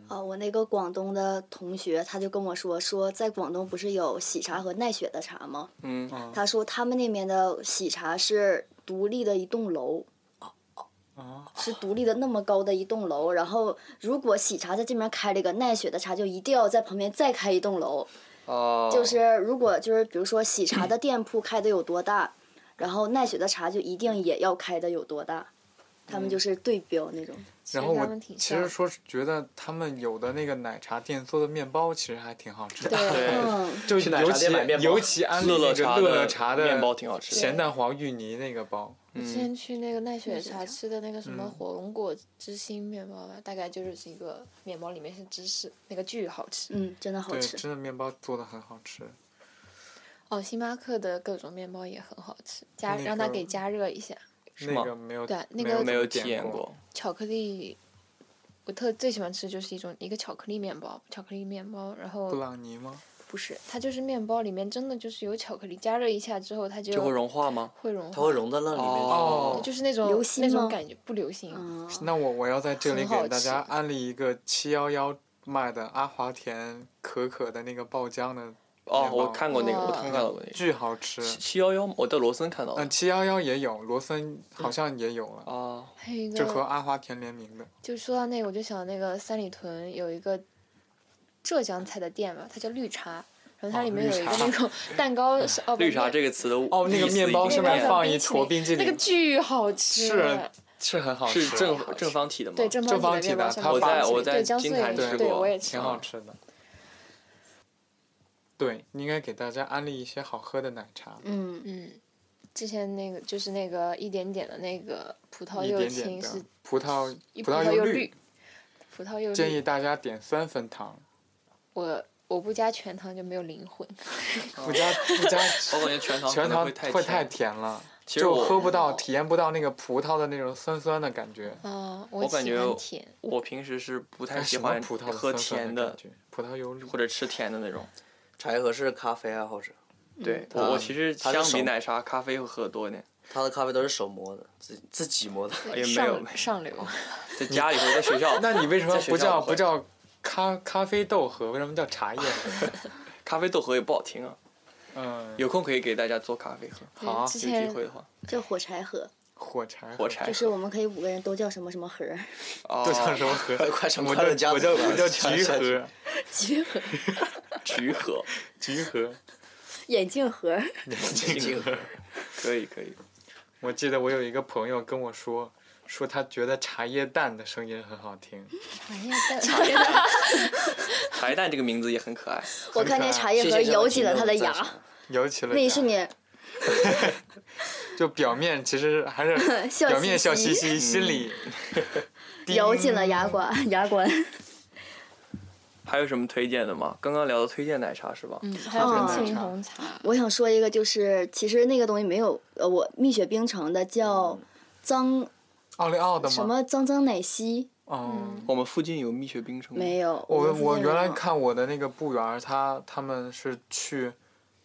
S6: 啊，我那个广东的同学，他就跟我说，说在广东不是有喜茶和奈雪的茶吗？
S1: 嗯，
S2: 哦
S6: 他说他们那边的喜茶是独立的一栋楼，
S2: 哦啊，
S6: 是独立的那么高的一栋楼。然后如果喜茶在这边开了一个奈雪的茶，就一定要在旁边再开一栋楼。
S1: 哦，
S6: 就是如果就是比如说喜茶的店铺开的有多大，然后奈雪的茶就一定也要开的有多大。他
S2: 嗯
S6: 们就是对标那种，
S4: 其
S2: 然
S4: 实
S2: 后
S4: 他
S2: 我
S4: 们挺
S2: 其
S4: 像
S2: 实
S4: 的
S2: 说是觉得他们有的那个奶茶店做的面包其实还挺好吃的，
S1: 对
S6: 嗯，
S2: 就
S3: 去奶茶
S2: 尤其
S3: 店买面包
S2: 尤其安利
S1: 乐乐
S2: 那个
S1: 茶
S2: 乐乐茶
S1: 的
S2: 的
S1: 面包挺好吃的。
S2: 咸蛋黄芋泥那个包，
S4: 我之前去那个奈雪茶
S6: 茶
S4: 吃的那个什么
S2: 嗯
S4: 火龙果之心面包吧，大概就是一个面包里面是芝士，那个巨好吃。
S6: 嗯，真的好
S2: 对，
S6: 吃。
S2: 真的面包做的很好吃。
S4: 哦，星巴克的各种面包也很好吃，加
S2: 那
S4: 让它
S2: 个
S4: 给加热一下，
S1: 是
S2: 那
S1: 吗？
S2: 个没有
S4: 对那
S2: 没
S4: 个
S2: 有
S1: 没有
S2: 怎么
S1: 体验
S2: 点过，
S1: 过，
S4: 巧克力，我特最喜欢吃就是一种一个巧克力面包，巧克力面包，然
S2: 布
S4: 后
S2: 朗尼吗？
S4: 不是它就是面包里面真的就是有巧克力，加热一下之后它就
S1: 就会融化吗？
S4: 会融
S3: 它
S4: 化，
S3: 会融到那里面去。
S2: 哦
S4: 就是那种
S6: 流心
S4: 那种
S6: 吗
S4: 感觉不流行。
S6: 嗯，
S2: 那我我要在这里
S4: 很好
S2: 给大
S4: 吃
S2: 家安利一个七幺幺卖的阿华田可可的那个爆浆的，
S1: 哦，
S2: 面包嗯
S1: 我看过那个，
S4: 哇
S1: 我看到过那个
S2: 巨好吃。
S1: 七幺幺，我在罗森看到
S2: 嗯，
S1: 的。
S2: 七幺幺也有，罗森好像也有了，
S1: 啊，
S4: 还有一
S2: 就和
S4: 个，
S2: 阿华田联名的。
S4: 就说到那个，我就想那个三里屯有一个浙江菜的店嘛，它叫绿茶，然后它
S2: 哦
S4: 里
S2: 绿
S4: 面有一个
S2: 茶
S4: 那种蛋糕是哦，不
S1: 绿
S4: 是
S1: 茶
S4: 面
S1: 这个词的
S2: 哦，那个
S1: 意思
S2: 面包
S1: 已
S4: 是
S1: 经变
S2: 上
S4: 面
S2: 面
S1: 了
S2: 放
S4: 冰
S2: 一
S4: 淇
S2: 坨
S4: 淋
S2: 冰激
S4: 那个
S2: 凌，
S4: 巨好吃，
S2: 是是很好吃，
S1: 是正正方体的吗？
S4: 对正
S2: 正
S4: 方
S2: 方
S4: 体
S2: 体
S4: 的面包
S2: 的
S4: 上
S2: 它
S4: 面
S2: 把
S4: 放
S2: 我
S4: 冰淇淋
S1: 在
S4: 对江苏
S1: 金
S4: 也
S1: 台
S4: 有
S2: 吃
S4: 对
S1: 过
S4: 我也吃
S2: 挺好
S4: 过，
S2: 吃
S1: 嗯
S2: 的。对，应该给大家安利一些好喝的奶茶。
S6: 嗯，
S4: 嗯，之前那个就是那个一点点的那个葡萄
S2: 一
S4: 柚
S2: 点点
S4: 青
S2: 的
S4: 是
S2: 葡萄
S4: 一
S2: 葡
S4: 萄
S2: 柚
S4: 绿，，葡萄柚
S2: 建议
S4: 绿，
S2: 大家点三分糖，
S4: 我我不加全糖就没有灵魂，
S2: 不加 不加
S1: 我感觉全哦糖
S2: 全
S1: 可能
S2: 糖
S1: 会太
S2: 会
S1: 甜
S2: 太甜了，
S1: 其实
S2: 就喝
S1: 我
S2: 不到、体验不到那个葡萄的那种酸酸的感觉。
S4: 啊，
S1: 我感
S4: 喜
S1: 觉
S4: 欢甜，
S1: 我平时是不太
S2: 哎
S1: 喜
S2: 什么
S1: 欢
S2: 葡萄
S1: 喝
S2: 酸酸
S1: 甜
S2: 的
S1: 的
S2: 感觉，葡萄柚绿
S1: 或者吃甜的那种。
S3: 柴和是咖啡爱好者，
S1: 对
S2: 啊
S1: 我我其实
S3: 它
S1: 相
S3: 是
S1: 比
S3: 手
S1: 奶茶，咖啡会喝多一
S2: 。
S1: 点，
S3: 他的咖啡都是手磨的，自自己磨的。
S1: 也没有
S4: 上上流，
S1: 在家里或者在学校
S2: 那你为什么
S1: 在学
S2: 不
S1: 校
S2: 叫
S1: 我会
S2: 不叫咖咖啡豆喝？为什么叫茶叶喝？
S1: 咖啡豆喝也不好听啊，
S2: 嗯，
S1: 有空可以给大家做咖啡喝。
S2: 好啊
S4: 之
S1: 有机
S4: 前
S1: 会的话，
S6: 叫火柴盒，
S2: 火柴喝
S1: 火柴
S6: 就是我们可以五个人都叫什么什么盒儿，
S1: 哦
S2: 都叫什么喝？
S3: 快成
S2: 我
S3: 快乐
S2: 叫
S3: 哦家
S2: 我
S3: 族
S2: 叫
S3: 了
S2: 我叫
S3: 下
S2: 橘
S3: 下去
S2: 盒，
S6: 橘盒、
S1: 橘盒，
S2: 橘盒。
S6: 眼镜盒儿，
S1: 这个可以可以。
S2: 我记得我有一个朋友跟我说，说他觉得茶叶蛋的声音很好听。
S4: 茶叶蛋，茶 叶蛋，
S1: 茶叶蛋这个名字也很可爱，
S6: 我看见茶叶盒
S3: 谢谢这位
S6: 咬紧了
S3: 听
S6: 他
S3: 众
S6: 的
S3: 赞
S6: 牙
S3: 赏，
S2: 尤其了
S6: 那一瞬间
S2: 就表面其实还是
S6: 呃笑
S2: 表面
S6: 嘻
S2: 笑
S6: 嘻
S2: 嘻嘻，心里
S6: 咬紧了牙关，牙关。
S1: 还有什么推荐的吗？刚刚聊的推荐奶茶是吧？
S4: 嗯，还有
S6: 哦
S4: 冰淇淋红茶，
S6: 我想说一个，就是其实那个东西没有，呃，我蜜雪冰城的叫脏
S2: 奥利奥的吗？
S6: 什么脏脏奶昔
S2: 嗯，
S1: 我们附近有蜜雪冰城吗，
S6: 没有。
S2: 我
S6: 们附
S2: 我
S6: 近
S2: 原
S6: 没
S2: 来
S6: 有
S2: 看我的那个部员儿，他他们是去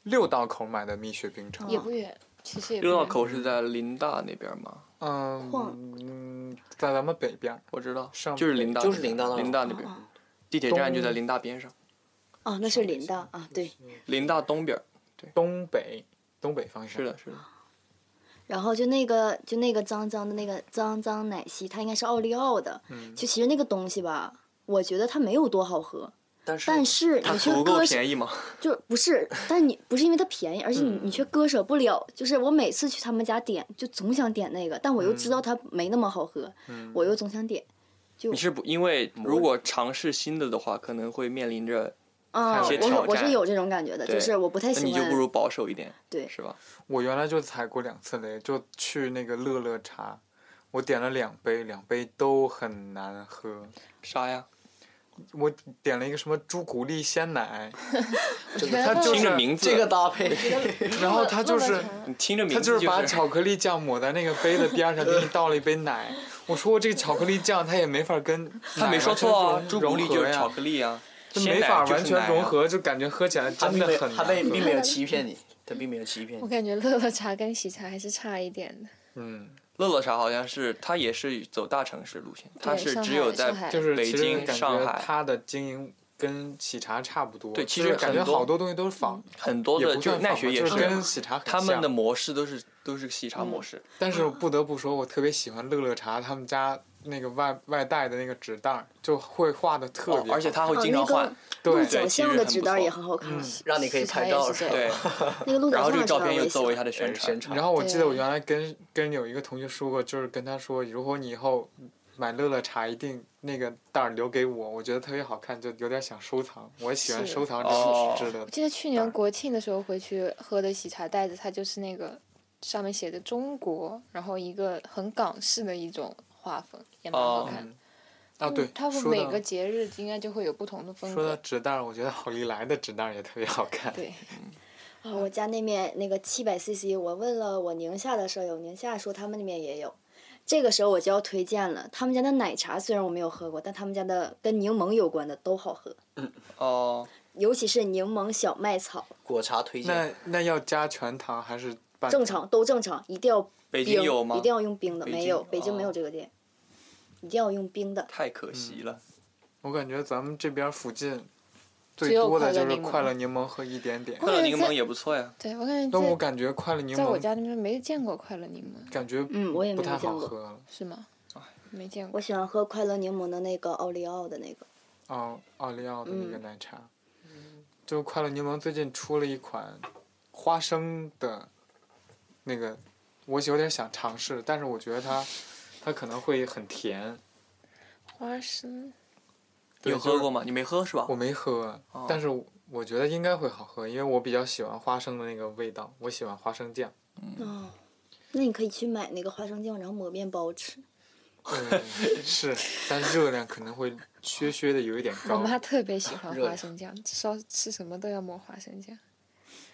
S2: 六道口买的蜜雪冰城。
S4: 也不远，其实也不
S1: 六道
S4: 远
S1: 口是在林大那边吗？
S2: 嗯
S6: 矿
S2: 嗯，在咱们北边儿，
S1: 我知道，
S2: 上
S1: 就是林大那边，
S3: 就是林大那
S1: 林大那边，地铁站就在林大边上，
S6: 哦，那是林的啊，对。
S1: 林大东边儿。
S2: 东北东北方向。
S1: 是的，是的，
S6: 然后就那个就那个脏脏的那个脏脏奶昔，它应该是奥利奥的。
S2: 嗯，
S6: 就其实那个东西吧，我觉得它没有多好喝，
S3: 但是
S6: 但是
S1: 它
S6: 你却
S1: 足够
S6: 割舍
S1: 便宜吗？
S6: 就不是，但你不是因为它便宜，而且你
S1: 嗯
S6: 你却割舍不了。就是我每次去他们家点，就总想点那个，但我又知
S1: 嗯
S6: 道它没那么好喝，我又总想点。
S1: 你是不因为如果尝试新的的话，可能会面临着，
S6: 啊，
S1: 有些
S6: 我
S1: 挑
S6: 有我是
S1: 战
S6: 有这种感觉的，就
S1: 对
S6: 是我不太
S1: 那
S6: 喜
S1: 你就不
S6: 欢。
S1: 如保守一点，
S6: 对
S1: 是吧？
S2: 我原来就踩过两次雷，就去那个乐乐茶，我点了两杯，两杯都很难喝。
S1: 啥呀？
S2: 我点了一个什么朱古力鲜 奶，
S4: 觉得
S2: 它就
S1: 听
S2: 是
S1: 着名字，
S3: 这个 搭配，
S2: 然后它就是
S1: 你听着名
S2: 他
S1: 字
S2: 就是把
S1: 是
S2: 巧克力酱抹在那个杯的边上，给你倒了一杯奶。我说这个巧克力酱它也没法跟
S1: 他没
S2: 奶
S1: 说
S2: 完全
S1: 错啊，
S2: 融
S1: 朱古力
S2: 融合
S1: 就是
S2: 呀
S1: 巧克力啊，
S2: 就
S1: 鲜
S2: 没
S1: 奶
S2: 法
S1: 就是
S2: 完全
S1: 奶啊
S2: 融。合，就感觉喝起来
S3: 他
S2: 真
S3: 并
S2: 的
S3: 没有
S2: 很
S3: 他
S2: 难
S3: 并并
S2: 喝。
S3: 没有欺骗你，他并没有欺骗
S4: 我
S3: 你。
S4: 感觉乐乐茶跟喜茶还是差一点的，
S2: 嗯，
S1: 乐乐茶好像是，它也是走大城市路线，它
S4: 对
S1: 是
S4: 上
S1: 只
S4: 海
S1: 有
S4: 上
S1: 在
S4: 海
S2: 就是
S1: 北
S2: 其实
S1: 京
S2: 感
S1: 上
S2: 觉
S1: 海
S2: 它的经营跟喜茶差不多。
S1: 对其
S2: 就
S1: 实
S2: 是感
S1: 很
S2: 觉
S1: 多嗯
S2: 好多东西都是仿，
S1: 很多
S2: 也
S1: 的
S2: 不
S1: 就
S2: 算
S1: 是奈
S2: 仿
S1: 雪
S2: 吧
S1: 也
S2: 就是
S1: 是，
S2: 跟喜茶很
S1: 他们
S2: 像
S1: 的模式都是都是
S6: 嗯
S1: 喜茶模式，
S2: 但是不得不说，我特别喜欢乐乐茶他们家那个外外带的那个纸袋儿，就会画的特
S1: 哦
S2: 别好看。
S1: 而且它会
S6: 哦
S1: 经
S6: 那
S1: 常
S6: 个
S1: 换，
S6: 鹿
S2: 对
S1: 对
S6: 角
S1: 其实
S6: 巷的
S1: 很
S6: 纸
S1: 不
S6: 袋儿也
S1: 错
S6: 很好看，
S3: 让你可以
S4: 喜茶
S3: 拍
S4: 也
S3: 照
S4: 是
S3: 是
S4: 这
S3: 吧？
S4: 样，
S1: 对，
S6: 那个鹿
S1: 然
S6: 角
S1: 后这
S6: 巷
S1: 个
S6: 的
S1: 照
S6: 纸袋
S1: 片又
S6: 儿我也喜
S1: 作为
S6: 欢。
S1: 它的宣传
S3: 宣，传
S2: 然后我记得我
S4: 对
S2: 原来跟跟有一个同学说过，就是跟他说，如果你以后买乐乐茶，一定那个袋儿留给我，我觉得特别好看，就有点想收藏。我喜欢
S4: 是
S2: 收藏这
S1: 哦
S2: 种纸质的
S4: 我。记得去年国庆的时候回去喝的喜茶袋子，它就是那个上面写着“中国”，然后一个很港式的一种画风，也蛮好
S1: 哦
S4: 看的。嗯
S2: 啊，对，
S4: 它会
S2: 说
S4: 嗯每个
S2: 到
S4: 节日应该就会有不同的风
S2: 说到
S4: 格。
S2: 纸袋儿，我觉得好利来的纸袋儿也特别好看。
S4: 对，
S6: 啊我家那面那个七百 CC，我问了我宁夏的舍友，宁夏说他们那边也有。这个时候我就要推荐了，他们家的奶茶虽然我没有喝过，但他们家的跟柠檬有关的都好喝，
S1: 哦，
S6: 尤其是柠檬小麦草，
S3: 果茶推
S2: 那
S3: 荐，
S2: 那要加全糖还是半
S6: 正？常都正常，一定要
S1: 北
S6: 冰，
S1: 京有吗
S6: 一？定要用冰的，
S1: 北京
S6: 没有，北京没有
S1: 哦
S6: 这个店，一定要用冰的。
S1: 太可惜了。
S2: 嗯我感觉咱们这边附近最
S4: 只有
S2: 多
S4: 快
S2: 的
S4: 乐
S2: 就是
S4: 柠檬
S2: 快乐柠檬和一点点。
S1: 快乐
S4: 者
S1: 柠
S4: 在
S1: 檬也不错呀，
S4: 对我感
S2: 但我
S4: 觉
S2: 感觉快乐柠
S4: 在在我
S2: 檬
S4: 家那边没见过快乐柠檬，
S2: 感觉
S6: 嗯我也
S2: 不
S6: 没
S2: 太
S6: 见
S2: 好
S6: 过
S2: 喝了。
S4: 是吗？
S2: 哎
S4: 没见过
S6: 我。喜欢喝快乐柠檬的那个奥利奥的那个，
S2: 哦，奥利奥的那个
S6: 嗯
S2: 奶茶，就快乐柠檬最近出了一款花生的，那个我有点想尝试，但是我觉得它它可能会很甜。
S4: 花生
S1: 你
S2: 对
S1: 有
S2: 就
S1: 喝
S2: 是
S1: 过吗？你没喝是吧
S2: 我？没喝，啊
S1: 哦
S2: 但是我我觉得应该会好喝，因为我比较喜欢花生的那个味道，我喜欢花生酱。
S6: 哦，那你可以去买那个花生酱，然后抹面包吃。
S2: 嗯，是，但热量可能
S1: 哦
S2: 会削削的有一点
S4: 我
S2: 高。
S4: 妈特别喜 欢
S3: 热
S4: 花
S3: 呀
S4: 生酱，烧吃什么都要抹花生酱。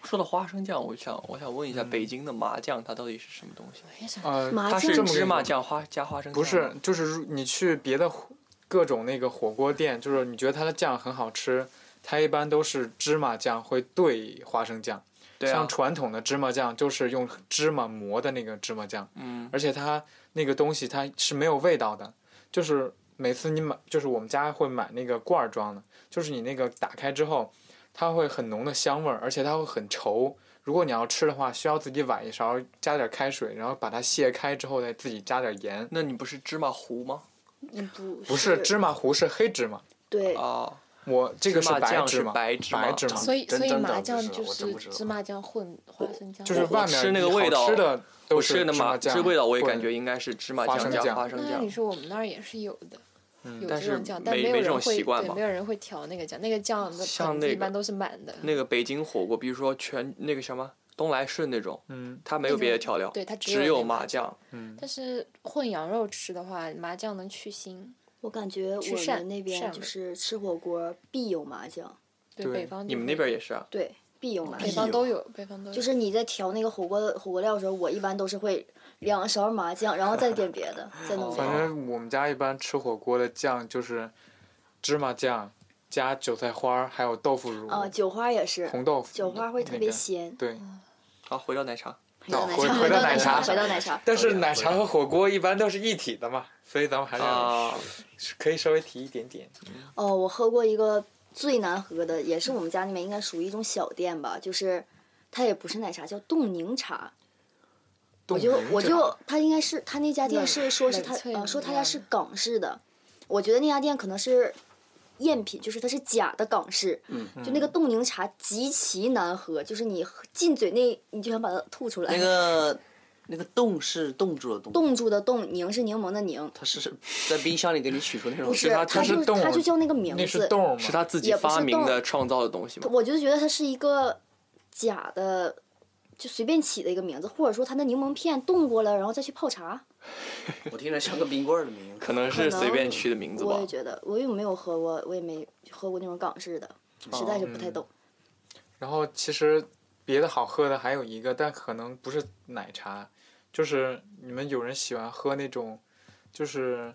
S1: 说到花生酱，我想我想问一下，
S2: 嗯
S1: 北京的麻酱它到底是什么东西？
S2: 呃，
S6: 麻
S1: 它
S6: 酱
S1: 是
S2: 这么
S1: 芝
S2: 个
S1: 麻酱花加花生酱吗？
S2: 不是，就是如你去别的火各种那个火锅店，就是你觉得它的酱很好吃，它一般都是芝麻酱会兑花生酱。
S1: 对啊
S2: 像，传统的芝麻酱就是用芝麻磨的那个芝麻酱，
S1: 嗯，
S2: 而且它那个东西它是没有味道的，就是每次你买，就是我们家会买那个罐儿装的，就是你那个打开之后，它会很浓的香味儿，而且它会很稠。如果你要吃的话，需要自己崴一勺，加点开水，然后把它卸开之后再自己加点盐。
S1: 那你不是芝麻糊吗？
S6: 嗯，不
S2: 不是芝麻糊，是黑芝麻。
S6: 对，
S1: 啊，
S2: 我这个
S1: 芝麻
S2: 白
S1: 酱
S2: 芝
S1: 是
S2: 麻，
S1: 白
S2: 白
S1: 芝麻
S2: 芝
S3: 长
S2: 麻
S4: 所以
S3: 真
S4: 所以
S3: 真的
S4: 麻
S3: 不
S4: 酱
S3: 知道
S4: 就
S3: 我真
S4: 是
S3: 不知道
S4: 芝麻酱混花生酱，
S2: 就是
S1: 我
S2: 外
S1: 吃
S2: 面
S1: 那个
S2: 你好
S1: 味道
S2: 吃的都
S1: 我吃的
S2: 芝麻
S1: 麻
S2: 酱，
S1: 这味道我也
S2: 或
S1: 感
S2: 者
S1: 觉应该是芝麻
S2: 花
S1: 酱
S2: 生
S1: 加
S2: 酱
S1: 花生
S4: 那按理
S1: 酱。
S4: 说我们那儿也是有的，有
S1: 但
S4: 这种
S1: 是
S4: 酱，但
S1: 没
S4: 没有
S1: 没这
S4: 人
S1: 种
S4: 会
S1: 习惯
S4: 对
S1: 吧
S4: 没有人会调那个酱，那个酱的
S1: 像
S4: 盆
S1: 那
S4: 子一
S1: 个
S4: 般都是满的，
S1: 那个北京火锅，比如说全那个什么东来顺那种，
S2: 嗯
S1: 它没有别的调料，
S4: 对它只
S1: 只
S4: 有
S1: 有
S4: 那个
S1: 麻酱。
S2: 嗯，
S4: 但是混羊肉吃的话，麻酱能去腥。
S6: 我感觉
S4: 吃
S6: 我
S4: 扇
S6: 们那
S4: 扇
S6: 边就
S4: 味
S6: 是吃火锅必有麻酱，
S4: 对
S2: 对
S4: 北方就
S1: 你们
S4: 会
S1: 那边也是啊？
S6: 对，必有麻
S4: 北
S3: 必
S6: 酱
S4: 方
S3: 有。
S4: 都有，北方都有。
S6: 就是你在调那个火锅的火锅料的时候，我一般都是会两勺麻酱，然后再点别的，再弄
S2: 哦
S6: 别
S2: 反
S6: 的。
S2: 正我们家一般吃火锅的酱就是芝麻酱加韭菜花儿，还有豆腐乳、
S6: 啊，韭花也是，
S2: 红豆腐。
S6: 韭花嗯会特
S2: 那
S6: 别
S2: 个。
S6: 鲜。
S2: 对，
S1: 好，回到奶茶，
S6: 回到奶
S2: 哦回
S6: 茶，
S2: 回到
S6: 到
S2: 奶
S6: 奶
S2: 茶
S6: 回到奶茶。
S2: 但是
S3: 对呀
S2: 奶茶
S3: 对呀
S2: 和火锅一般都是一体的嘛，所以咱们还是
S1: 啊，
S2: 可以稍微提一点点。
S6: 哦，我喝过一个最难喝的，也是我们家那边应该属于一种小店吧，就是它也不是奶茶，叫冻柠茶。我
S2: 冻
S6: 就
S2: 柠
S6: 我
S2: 茶
S6: 就他应该是他那家店是说是他
S4: 冷萃
S6: 呃说
S4: 一
S6: 他家
S4: 样
S6: 是
S4: 的
S6: 港式的，我觉得那家店可能是赝品，就是它是假的港式。
S3: 嗯
S6: 就那个冻柠茶极其难喝，就是你喝进嘴那你就想把它吐出来。
S3: 那个那个冻是冻住的冻，
S6: 冻住的冻，柠是柠檬的柠，
S3: 它是在冰箱里给你取出那种
S6: 不
S2: 它
S6: 它
S2: 它是
S6: 就
S2: 冻
S6: 它就叫那个名
S2: 那是
S6: 字。
S2: 冻儿吗？
S1: 是他自己
S6: 也不是
S1: 发明
S6: 冻
S1: 的创造的东西吗？
S6: 我就觉得它是一个假的，就随便起的一个名字，或者说它的柠檬片冻过了，然后再去泡茶。
S3: 我听着像个冰棍儿的名字。
S1: 可能是
S6: 可
S1: 随便
S6: 能
S1: 取的名字吧
S6: 我也。觉得，我又没有喝过，我也没喝过那种港式的，实在是不太
S2: 嗯
S6: 懂。
S2: 然后其实别的好喝的还有一个，但可能不是奶茶，就是你们有人喜欢喝那种，就是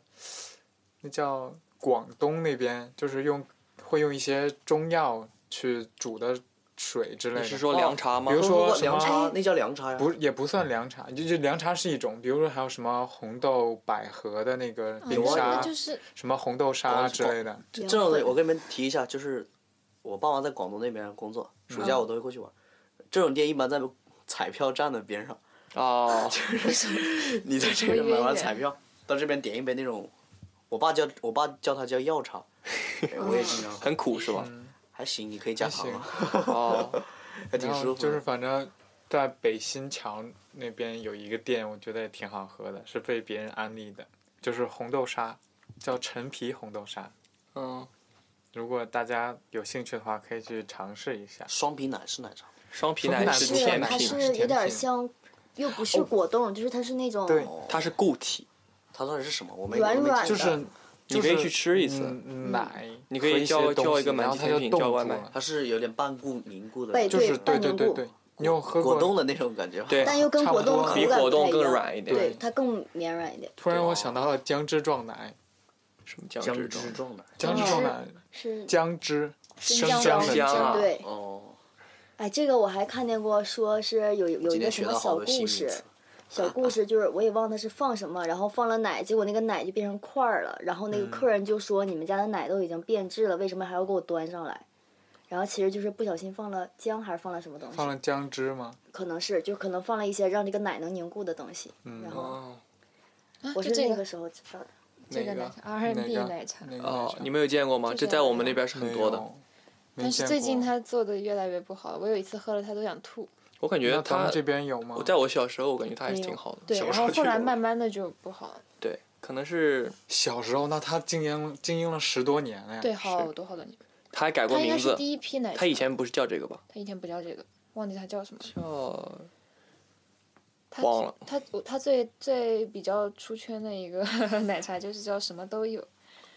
S2: 那叫广东那边，就是用会用一些中药去煮的水之
S1: 你
S2: 类的。
S1: 是
S4: 哦
S1: 说凉茶吗
S2: 比？如
S3: 喝
S2: 说
S3: 过
S2: 什
S3: 凉
S2: 么
S3: 茶，那叫凉茶呀。
S2: 不也不算凉茶，就就凉茶是一种，比如说还有什么红豆百合的那
S6: 嗯
S2: 个嗯冰
S3: 有啊
S2: 沙，
S4: 那就是
S2: 什么红豆沙
S1: 哦
S3: 广
S2: 之类的。
S3: 这
S6: 凉
S3: 这种东西，
S6: 粉
S3: 我跟你们提一下，就是我爸妈在广东那边工作，暑
S6: 嗯
S3: 假我都会过去玩。这种店一般在彩票站的边上，
S1: 哦，
S3: 你在这边买完彩票，到这边点一杯那种，我爸叫我爸叫它叫 药茶，我也经常喝，
S1: 很苦是吧？
S4: 嗯
S3: 还行，你可以加糖啊，
S1: 哦，
S3: 还挺
S2: 然
S3: 舒
S2: 后
S3: 服的。
S2: 就是反正在北新桥那边有一个店，我觉得也挺好喝的，是被别人安利的，就是红豆沙，叫陈皮红豆沙。
S1: 嗯，
S2: 如果大家有兴趣的话，可以去尝试一下。
S3: 双皮奶是奶茶，
S1: 双皮奶
S2: 双皮奶
S1: 是
S2: 是
S1: 甜
S6: 它
S2: 品
S1: 品，
S2: 是
S6: 是有
S2: 甜
S6: 点
S2: 品
S6: 像，又不是果冻，就是它是那种
S2: 对
S1: 它是固体，
S3: 哦它到底是什么？我没
S6: 软
S3: 我没
S6: 软
S2: 就
S3: 记
S2: 是
S3: 住，
S1: 你可以去吃一次
S2: 嗯奶，
S1: 你可以
S2: 和一些
S1: 叫
S2: 东
S1: 叫一
S2: 西
S1: 个满
S2: 然后
S1: 级
S2: 它
S1: 甜
S2: 就
S1: 品
S2: 冻
S1: 叫
S2: 住
S1: 外卖
S2: 了
S3: 它是有点半固凝固的
S6: 对
S3: 那
S2: 就
S3: 种，
S2: 是对
S6: 半
S2: 对
S6: 凝
S2: 对
S6: 固
S2: 对，你有喝
S3: 果
S2: 过
S3: 冻的那种感觉吗？
S1: 对
S6: 但又跟
S2: 差
S6: 果
S2: 不
S6: 冻
S2: 多
S6: 口
S2: 比
S6: 感
S1: 果
S6: 不太
S1: 冻
S6: 一
S1: 更
S6: 样
S1: 软一点
S6: 对，它更绵软一点。
S2: 突
S1: 啊
S2: 然我想到了姜汁撞奶，
S1: 什么姜
S7: 姜
S1: 汁
S7: 汁
S1: 状？
S7: 撞奶，
S2: 姜汁撞奶，
S6: 是
S2: 姜汁，
S6: 生
S2: 姜
S6: 姜
S1: 的
S6: 的
S1: 姜啊
S6: 对，
S7: 哦，
S6: 哎，这个我还看见过，说是有有
S3: 今
S6: 一个
S3: 天
S6: 什
S3: 学
S6: 么
S3: 到好
S6: 小
S3: 多新
S6: 故
S3: 名
S6: 事
S3: 词，，
S6: 小故事就是我也忘它是放什么，然后放了奶，结果那个奶就变成块儿了，然后
S2: 嗯
S6: 那个客人就说你们家的奶都已经变质了，为什么还要给我端上来？然后其实就是不小心放了姜还是放了什么东西，
S2: 放了姜汁吗？
S6: 可能是就可能放了一些让这个奶能凝固的东
S2: 嗯
S6: 西，然后
S1: 哦，
S6: 我
S4: 就是这
S6: 那
S4: 个
S6: 个时候知道的。
S1: 哪
S4: 这个奶
S1: 个？
S4: 茶 R&B
S2: 个
S4: 奶茶
S2: 那，个
S1: 哦
S2: 奶，茶
S1: 你们有见过吗？
S4: 之
S1: 这
S4: 前
S1: 在我
S4: 有
S1: 们那边是很多的。
S2: 没有。没
S4: 但是
S2: 见
S4: 最近
S2: 过
S4: 它做的越来越不好了，我有一次喝了它都想吐。
S1: 我感觉
S2: 那咱
S1: 它
S2: 们，这边有吗
S1: 我？在我小时候，我感觉它还是
S6: 没有
S1: 挺好的。
S4: 对，
S1: 小
S4: 然
S1: 时候
S4: 后
S1: 去
S4: 后来
S1: 过
S4: 慢慢的就不好了。
S1: 对，可能是
S2: 小时候，那他经营经营了十多年了呀。
S4: 对，啊好多好多年。
S1: 它还改过
S4: 它应该
S1: 名
S4: 是
S1: 字，
S4: 第一批奶茶。
S1: 它以前不是叫这个吧？
S4: 它以前不叫这个，忘记它叫什么了。
S1: 哦，
S4: 它
S1: 忘了
S4: 它它最最比较出圈的一个 奶茶就是叫什么都有，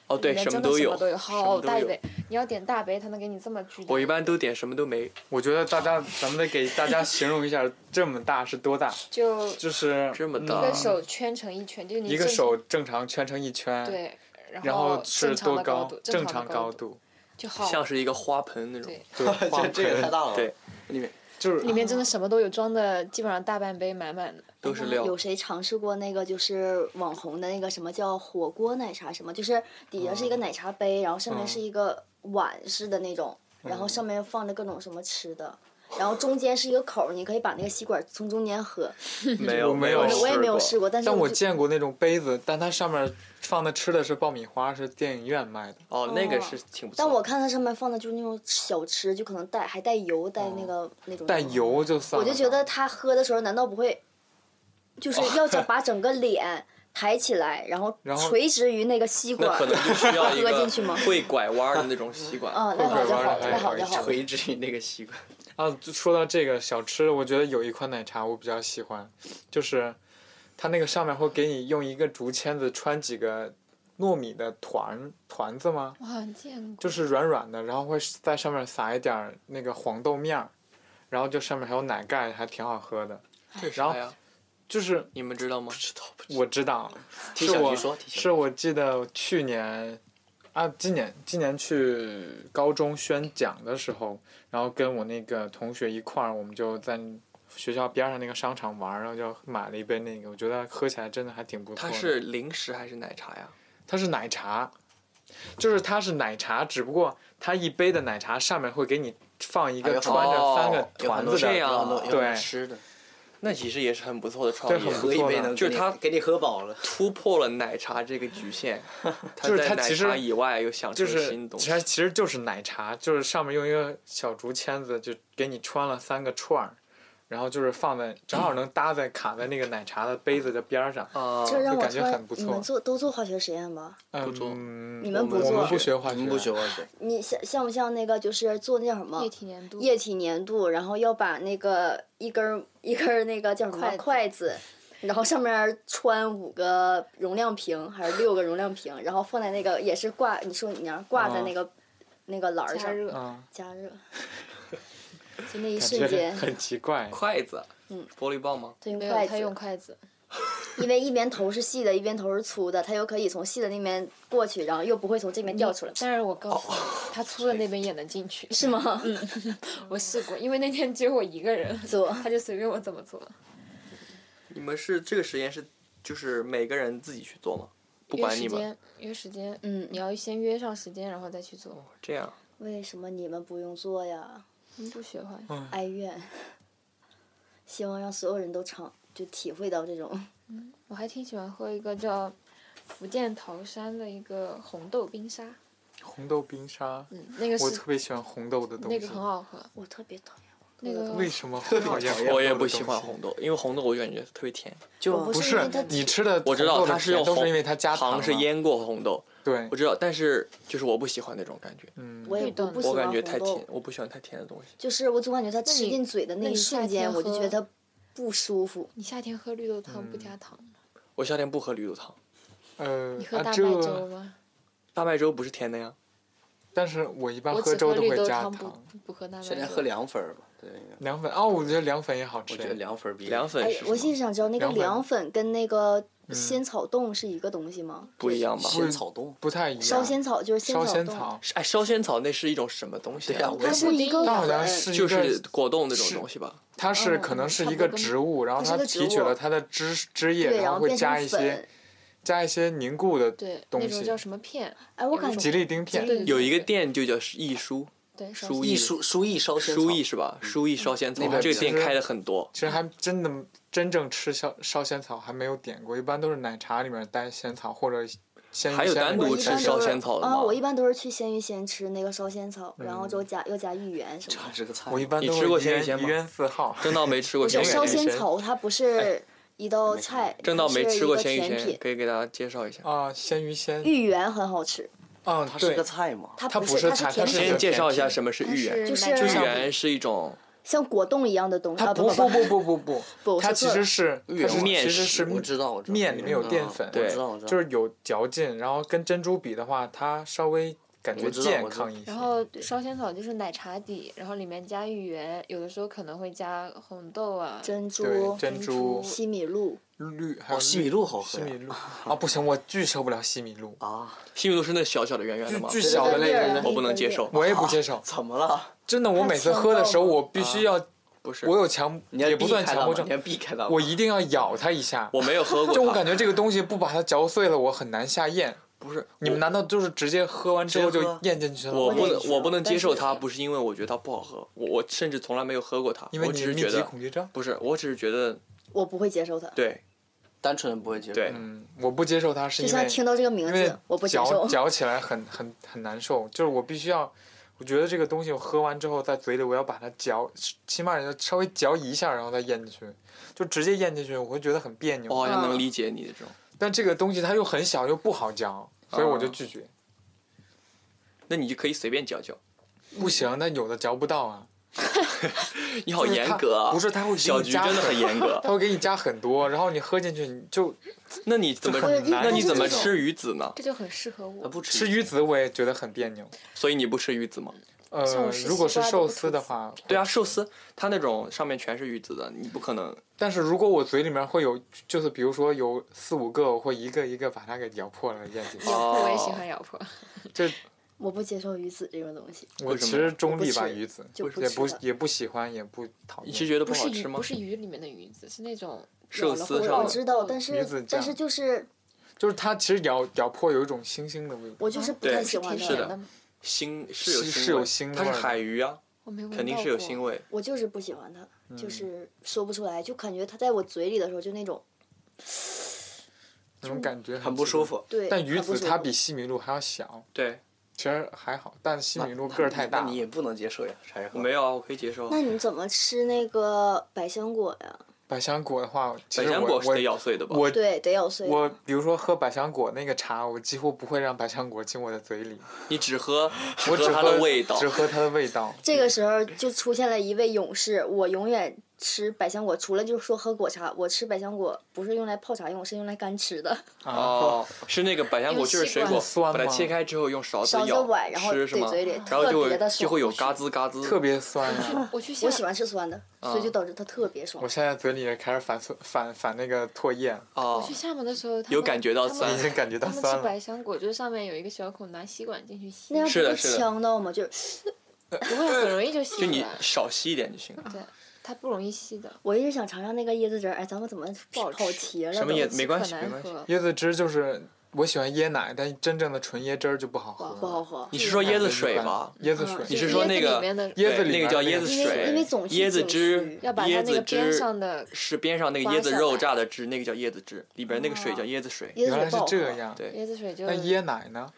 S1: 哦对，
S4: 里面
S1: 什么
S4: 真的
S1: 都有，
S4: 都有，
S1: 什么
S4: 好
S1: 都
S4: 大一
S1: 有
S4: 杯。你要点大杯，它能给你这么巨大。
S1: 我一般都点什么都没，
S2: 我觉得大家，咱们得给大家形容一下，这么大是多大？
S4: 就一
S2: 就 是
S1: 这么
S2: 嗯
S1: 大
S4: 个手圈成一圈，就是你
S2: 一个
S4: 正
S2: 手正常圈成一圈，，
S4: 对，然
S2: 然后是
S4: 正常
S2: 多
S4: 的高
S2: 高
S4: 度，？
S2: 正
S4: 常
S2: 常
S4: 的
S2: 高
S4: 度
S2: 度，
S4: 就好，
S1: 像是一个花盆那种。
S4: 对
S2: 对，花
S3: 这这个太
S2: 盆
S3: 大了。
S1: 对，
S2: 就是
S4: 里面真的什么都有，装的基本上大半杯满满的。
S1: 都是料。
S6: 有谁尝试过那个就是网红的那个什么叫火锅奶茶什么？就是底下是一个奶茶杯，然后上面是一个碗似的那种，然后上面放着各种什么吃的。然后中间是一个口儿，你可以把那个吸管从中间喝。
S1: 没
S2: 我没有
S1: 有，
S6: 我也没有试
S1: 过。
S6: 过，但是
S2: 但我
S6: 就
S2: 见过那种杯子，但它上面放的吃的是爆米花，是电影院卖的。
S1: 哦，那个是挺不错的。
S6: 但我看它上面放的就是那种小吃，就可能带还带油，带那个、那种
S2: 带
S6: 什么
S2: 油就算
S6: 我
S2: 了吧，
S6: 就觉得他喝的时候，难道不会，就是要想把整个脸抬起来，然后
S2: 然后
S6: 垂直于那个吸
S1: 那
S6: 管
S1: 可，能就需要一
S6: 喝
S1: 个
S6: 进去吗
S1: 会拐弯儿的那种吸 管。
S6: 啊，
S4: 哦
S6: 那好就好了，
S2: 会
S6: 那好就
S2: 玩
S6: 好了。
S3: 垂直于那个吸管。
S2: 啊，就说到这个小吃，我觉得有一款奶茶我比较喜欢，就是它那个上面会给你用一个竹签子穿几个糯米的团团子吗？
S4: 我好像见过，
S2: 就是软软的，然后会在上面撒一点儿那个黄豆面儿，然后就上面还有奶盖，还挺好喝的。
S1: 这是
S2: 然后
S1: 啥呀？
S2: 就是
S1: 你们知道吗？知道。
S2: 我知道，
S3: 听
S2: 是
S3: 小
S2: 我
S3: 徐说，听小
S2: 是我记得去年啊，今年今年去高中宣讲的时候，然后跟我那个同学一块儿，我们就在学校边上那个商场玩儿，然后就买了一杯那个，我觉得喝起来真的还挺不错
S1: 它
S2: 的。
S1: 是零食还是奶茶呀？
S2: 它是奶茶，就是它是奶茶，只不过它一杯的奶茶上面会给你放一
S3: 啊有
S2: 个
S3: 很
S2: 穿着三个
S1: 哎哦
S3: 有
S2: 团
S3: 很
S2: 子
S3: 多
S2: 的，
S1: 这样
S3: 有很多有很多
S2: 对
S3: 吃的，
S1: 那其实也是很不错的创
S2: 对
S1: 意
S2: 很
S1: 啊，
S2: 不
S3: 喝一
S2: 错
S3: 杯
S2: 的
S3: 能
S1: 就是
S3: 给你
S1: 它
S3: 给你喝饱了。
S1: 突破了奶茶这个局 限。
S2: 就是
S1: 在
S2: 它
S1: 奶
S2: 其实
S1: 茶以外又想出
S2: 就
S1: 了
S2: 是
S1: 新东西
S2: 其。实其实就是奶茶，就是上面用一个小竹签子就给你穿了三个串儿，然后就是放在正好能搭在卡在那个奶茶的杯子的边儿上。
S1: 啊，
S6: 这让
S2: 就
S6: 我
S2: 感觉
S6: 突然
S2: 很不，
S6: 你
S2: 错
S6: 们做都做化学实验吧？
S2: 嗯，
S1: 不做
S2: 你
S6: 你们不
S2: 我
S6: 做
S2: 们不学化学，
S3: 你们不学化 学？
S6: 你像像不像那个就是做那叫什么
S4: 液体粘度。
S6: 液体粘度，然后要把那个一根儿一根儿那个叫什么
S4: 筷子
S6: 筷子，然后上面儿穿五个容量瓶还是六个容量瓶，然后放在那个也是挂，你说你让挂在那
S2: 哦
S6: 个、那个篮儿
S4: 加
S6: 上
S4: 热，
S2: 嗯，
S6: 加 热，就那一
S2: 感
S6: 瞬
S2: 觉
S6: 间，
S2: 很奇怪。
S1: 筷子，
S6: 嗯，
S1: 玻璃棒吗？
S6: 他用
S4: 没有
S6: 筷
S4: 他
S6: 子，
S4: 用筷子，
S6: 因为一边头是细的，一边头是粗的，它又可以从细的那边过去，然后又不会从这边掉出来，
S4: 但是我告诉你，他粗的那边也能进去。
S6: 是嗯吗？
S4: 我试过，因为那天只有我一个人，
S6: 做
S4: 他就随便我怎么做。
S1: 你们是这个实验是就是每个人自己去做吗？不
S4: 约
S1: 管你
S4: 时
S1: 们
S4: 间，约时间，
S6: 嗯
S4: 你要先约上时间，然后再去做。
S6: 哦
S1: 这样。
S6: 为什么你们不用做呀？
S4: 你不学坏，
S6: 哀怨，希望让所有人都尝，就体会到这种。
S4: 我还挺喜欢喝一个叫福建桃山的一个红豆冰沙，
S2: 红豆冰沙，
S4: 嗯，那个
S2: 我
S4: 是
S2: 特别喜欢红豆的东西。
S4: 那个很好喝，
S6: 我特别讨厌
S4: 那个
S2: 为什么会讨厌红豆的东西？
S1: 我也不喜欢红豆，因为红豆我感觉特别甜。
S3: 就
S6: 我
S2: 不
S6: 是因
S2: 是
S6: 为它
S2: 你吃的，
S1: 我知道它
S2: 它
S1: 是用
S2: 都
S1: 红
S2: 是因为它加
S1: 糖是
S2: 了
S1: 腌过红豆，
S2: 对
S1: 我，知道，但是就是我不喜欢那种感觉，
S2: 嗯，
S6: 我也
S4: 绿豆
S6: 不不
S4: 的
S6: 喜
S1: 我
S6: 欢
S1: 感觉
S6: 红
S1: 太
S6: 豆
S1: 甜，，我不喜欢太甜的东西。
S6: 就是我总感觉它
S4: 那
S6: 吃
S4: 你
S6: 进嘴的
S4: 那
S6: 那一
S4: 你夏
S6: 瞬
S4: 天
S6: 间，我就觉得
S4: 喝
S6: 它不舒服。
S4: 你夏天喝绿豆汤不加糖，
S1: 我夏天不喝绿豆汤，
S2: 呃
S4: 你喝，
S2: 啊
S4: 大麦
S2: 这
S4: 粥吗？
S1: 大麦粥不是甜的呀。
S2: 但是我一般
S4: 我
S2: 喝
S4: 只
S2: 粥
S4: 喝
S2: 都
S4: 绿
S2: 会
S4: 豆
S2: 加
S4: 汤，不
S2: 糖。
S4: 不喝大白
S3: 现在
S4: 粥
S3: 喝凉粉儿吧，对，
S2: 凉粉哦，我觉得凉粉也好吃。
S3: 我觉得凉粉儿比
S1: 凉粉
S6: 哎
S1: 是，
S6: 我
S1: 什
S6: 现
S1: 么
S6: 在想知道那个
S2: 凉粉
S6: 凉粉跟那个
S2: 嗯
S6: 仙草冻是一个东西吗？
S1: 不一样吧？
S3: 仙草冻，
S2: 不太一样。
S6: 烧仙草就是仙
S2: 烧仙
S6: 冻，
S2: 草，
S1: 哎，烧仙草那是一种什么东西
S3: 对呀，
S1: 啊？
S3: 我
S6: 它
S3: 也
S6: 是一个
S2: 它好
S6: 粉，
S2: 像是一
S1: 就
S2: 个
S1: 是果冻那种
S2: 是
S1: 东西吧？
S2: 它是
S6: 嗯
S2: 可能是
S6: 差
S2: 一
S6: 不多
S2: 个
S6: 跟
S2: 植物，然后
S6: 它是个植
S2: 提取
S6: 物
S2: 了它的枝枝叶，
S6: 对，
S2: 然
S6: 然
S2: 后
S6: 变
S2: 会加
S6: 成
S2: 一些
S6: 粉。
S2: 加一些凝固的
S4: 对，
S2: 东
S4: 那
S2: 西。
S4: 种叫什么片？
S6: 哎，我
S4: 有一
S6: 感
S4: 种
S6: 觉
S2: 吉利丁片，
S4: 对
S1: 有一个店就叫益舒，
S4: 对烧
S1: 舒
S4: 仙
S3: 艺术书艺烧仙草
S1: 舒逸 是吧？舒逸烧仙草
S3: 那边，
S1: 这个
S3: 其
S1: 店
S2: 实
S1: 开的很多。
S2: 其实还真的真正吃烧烧仙草还没有点过，一般都是奶茶里面带仙草或者鲜芋
S1: 还有
S2: 仙
S1: 单
S2: 草
S6: 我
S1: 独
S6: 一
S1: 吃
S6: 般
S1: 烧
S6: 都是
S1: 仙草的
S6: 啊，
S1: 吗
S6: 我一般都是去鲜芋仙吃那个烧仙草，然后之后加又加芋圆什么
S3: 尝
S6: 的。
S3: 这个菜，
S2: 我一般
S1: 你
S2: 都
S1: 吃
S2: 是
S1: 过
S2: 一
S1: 鲜芋
S2: 元
S1: 仙
S2: 一
S1: 吗
S2: 元四号，
S1: 正道没吃过
S6: 不
S1: 鲜
S6: 是
S1: 芋
S2: 鲜
S6: 烧
S2: 芋
S1: 仙，
S6: 仙
S2: 仙
S6: 草，它不是一道菜，
S1: 正道
S6: 它
S1: 没
S6: 是
S1: 吃
S6: 一
S1: 过
S6: 个
S1: 鲜芋
S6: 甜
S1: 仙，
S6: 品。哦
S1: 可以给大家介绍一下。
S2: 啊，鲜芋仙，
S6: 芋圆很好吃，
S2: 嗯，
S3: 它是
S2: 对
S3: 个，菜嘛，
S6: 它
S2: 它
S6: 不
S2: 不是菜
S6: 它
S2: 它
S6: 甜
S2: 是
S6: 品
S1: 先
S2: 个，
S1: 介绍一下
S2: 甜
S1: 什么是芋圆，
S6: 就是
S1: 芋
S6: 就像
S4: 奶茶
S1: 圆是一种
S6: 像果冻一样的东西。
S2: 它
S6: 啊
S2: 不
S6: 不
S2: 不不不不 不
S6: 不
S2: 不，它
S6: 是
S2: 其
S6: 个
S2: 实是
S3: 芋
S2: 它
S3: 圆
S2: 是
S1: 面
S2: 其实
S1: 食
S2: 是
S3: 我知道，我知道，
S2: 面里面有淀粉
S3: 嗯
S1: 对
S3: 我知道，我知道，
S2: 就是有嚼劲，然后跟珍珠比的话，它稍微感觉
S3: 我知道
S2: 健
S3: 我知
S2: 康
S3: 道
S2: 一些
S4: 然。后烧仙草就是奶茶底，然后里面加芋圆，有的时候可能会加红豆啊。
S6: 珍珠
S2: 对，、珍
S4: 珠
S2: 珠、
S6: 西米露，
S2: 绿还有
S3: 哦，西米
S2: 绿
S3: 露好喝
S2: 西
S3: 呀
S2: 米 露啊，不行，我巨受不了西米露，
S3: 啊，
S1: 西米露是那小小的圆圆的吗？
S2: 巨巨小的那
S6: 对对
S2: 个
S6: 对，
S1: 我不能接受，
S2: 我也不接受。
S3: 怎么了？
S2: 真的，我每次喝的时候，我必须要，
S1: 不是，
S2: 我有强，
S3: 啊你要
S2: 也不
S3: 避
S2: 算
S3: 开
S2: 强
S3: 它
S2: 迫
S3: 吗？
S2: 症
S3: 你，要避开它吗，
S2: 我一定要咬它一下。
S1: 我没有喝过它。
S2: 就我感觉这个东西不把它嚼碎了，我很难下咽。
S1: 不是
S2: 你们难道就是直接喝完之后
S3: 直接
S2: 就
S3: 喝
S2: 咽进去了吗？
S1: 我不
S6: 也
S1: 能
S6: 是
S1: 我不能
S6: 但
S1: 接受
S6: 是
S1: 它，不是因为我觉得它不好喝，我我甚至从来没有喝过它，
S2: 因为
S1: 我
S2: 你
S1: 只
S2: 是
S1: 是
S2: 密
S1: 觉
S2: 集
S1: 得
S2: 恐惧症。
S1: 不是，我只是觉得
S6: 我不会接受它。
S1: 对
S3: 单纯不会接受，
S1: 对，
S2: 嗯，我不接受它是
S6: 就
S2: 因
S6: 像
S2: 为
S6: 听到这个名
S2: 因为
S6: 字，我不接
S2: 嚼
S6: 受。
S2: 嚼起来很很很难受，就是我必须要，我觉得这个东西我喝完之后在嘴里我要把它嚼，起码要稍微嚼一下，然后再咽进去，就直接咽进去，我会觉得很别扭。
S1: 我好像能
S6: 嗯
S1: 理解你的这种。
S2: 但这个东西它又很小又不好嚼，所以我就拒绝。
S1: 哦那你就可以随便嚼嚼，
S2: 不行，那有的嚼不到啊。
S1: 你好
S2: 就是它
S1: 严格啊！
S2: 不是，它会
S1: 小
S2: 给
S1: 菊
S2: 你加
S1: 真的很
S2: 很，
S1: 严格。
S2: 它会给你加很多，然后你喝进去你就
S1: 那你怎么
S2: 就很难
S1: 那你怎么
S6: 就是这种
S1: 吃鱼子呢？
S4: 这就很适合
S1: 啊
S4: 我
S3: 它。不吃
S2: 吃鱼子，我也觉得很别扭。
S1: 所以你不吃鱼子吗？
S4: 像
S2: 呃
S4: 我，吃
S2: 如果
S4: 西
S2: 是
S4: 瓜都
S2: 寿
S4: 不
S2: 司
S4: 吐
S2: 的
S4: 司
S2: 话，
S1: 对啊，寿司它那种上面全是鱼子的，你不可能。
S2: 但是如果我嘴里面会有，就是比如说有四五个，我会一个一个把它给咬破了咽进去。
S6: 啊
S4: 咬破我也喜
S1: 哦
S4: 欢咬破，
S2: 这
S6: 我不接受鱼子这种东西，
S2: 我
S1: 为什
S2: 其
S1: 么
S2: 实中
S6: 不
S2: 立吧，
S6: 吃
S2: 鱼子
S6: 就不
S2: 也
S6: 吃
S2: 不
S6: 了
S2: 也不喜欢，也不讨
S1: 你是
S2: 厌。
S1: 觉得不
S4: 不
S1: 好
S4: 是鱼
S1: 吃吗
S4: 不？是鱼里面的鱼子，是那种
S1: 寿
S4: 咬了嗯
S1: 司
S4: 会
S1: 上
S6: 我
S1: 的
S6: 知道，但
S2: 鱼
S6: 是
S2: 子
S6: 但
S2: 酱
S6: 是就是
S2: 就是它其实咬咬破有一种腥腥的味道。
S6: 我就是
S4: 啊
S6: 不
S1: 对
S6: 太喜
S4: 是
S6: 欢
S4: 挺
S1: 的是
S6: 那
S4: 甜
S6: 个，
S4: 的吗？
S1: 腥是有
S2: 是
S1: 腥
S2: 是有
S1: 味
S2: 腥
S1: 它是
S2: 味儿的哦
S1: 海鱼啊，
S4: 我没闻到
S1: 肯定是有
S4: 过
S1: 腥味。
S6: 我就是不喜欢它，就是说不出来，就感觉它在我嘴里的时候就那种
S2: 那种感觉
S3: 很不舒
S2: 奇怪。
S3: 服。
S6: 对，
S2: 但鱼
S6: 很不
S2: 子
S6: 舒
S2: 它
S6: 服
S2: 比西米露还要小，
S1: 对，
S2: 其实还好，但西
S3: 那
S2: 米露个儿太大
S3: 那你
S2: 了。
S3: 也不能接受呀，柴鱼
S1: 我
S3: 哥。
S1: 没有啊，我可以接受啊。
S6: 那你怎么吃那个百香果呀？
S2: 百香果的话，其
S1: 百
S2: 实
S1: 香
S2: 我
S1: 果是得
S2: 我
S1: 咬碎的吧？
S2: 我
S6: 对，得咬碎的。
S2: 我比如说喝百香果那个茶，我几乎不会让百香果进我的嘴里，
S1: 你只喝，只
S2: 我只
S1: 喝它的味道
S2: 只。喝它的味道。
S6: 这个时候就出现了一位勇士，我永远吃百香果，除了就是说喝果茶，我吃百香果不是用来泡茶用，是用来干吃的。
S1: 哦，
S2: 啊
S1: 是那个百香果，就是水
S4: 用
S1: 果
S2: 吸管，
S1: 把它
S2: 很酸
S1: 切
S2: 吗
S1: 开之后用勺子
S6: 勺子
S1: 咬
S6: 崴然后
S1: 吃是
S6: 怼
S1: 吗？
S6: 嘴里
S1: 然后就
S6: 特别
S1: 会
S6: 的
S1: 就会
S6: 爽
S1: 有
S6: 我去
S1: 嘎吱嘎吱。
S2: 特别酸啊！
S4: 我去下
S6: 我喜欢吃酸的，所以就导致它特别爽
S2: 我。现在嘴里也开始反酸反反那个唾液，
S4: 我
S1: 哦
S4: 去，厦门的时候，他
S1: 有
S4: 们
S1: 感觉到
S4: 他们
S1: 酸
S2: 已经感觉到
S4: 嗯他们
S2: 酸
S4: 吃
S2: 了。
S4: 百香果，就是上面有一个小孔，拿吸管进去吸
S6: 那，样
S1: 是的
S6: 不会
S1: 是的
S6: 呛到吗？就是
S4: 不会很容易就吸
S1: 就
S4: 出
S1: 你
S4: 来。
S1: 少吸一点就
S6: 啊
S1: 行了。
S4: 对，它不容易吸的，
S6: 我一直想尝尝那个椰子汁儿，哎，咱们怎么
S4: 不好
S6: 跑
S4: 吃
S6: 题了都？
S1: 什么椰子
S4: 可
S1: 没关系没
S4: 难
S1: 关系
S4: 喝。
S2: 椰子汁就是我喜欢椰奶，但真正的纯椰汁儿啊就不好喝。
S6: 不好喝。
S1: 你是说椰子水吧？
S2: 椰子
S6: 嗯
S2: 水，
S1: 你
S4: 就是是
S1: 说
S4: 椰
S1: 那
S4: 子
S1: 个
S4: 里面的
S2: 椰子
S1: 对
S2: 里
S1: 那个
S2: 面
S1: 叫
S2: 那
S1: 椰
S2: 个
S1: 子
S6: 因为
S1: 水，
S6: 因为总去
S1: 椰子
S6: 景
S1: 汁
S6: 区，
S4: 要把它
S1: 椰
S4: 那
S1: 子
S4: 个边
S1: 汁
S4: 上的
S1: 是边上那个椰
S6: 刮
S1: 子
S6: 下
S1: 肉
S6: 来
S1: 榨的汁，那个叫椰子汁，里边那个水叫
S6: 哦
S1: 椰子水。
S6: 椰
S2: 原
S6: 子
S2: 来
S6: 水
S2: 是
S6: 不好
S2: 这
S6: 喝。
S2: 样。
S1: 对，
S4: 椰子水就
S2: 那椰奶呢？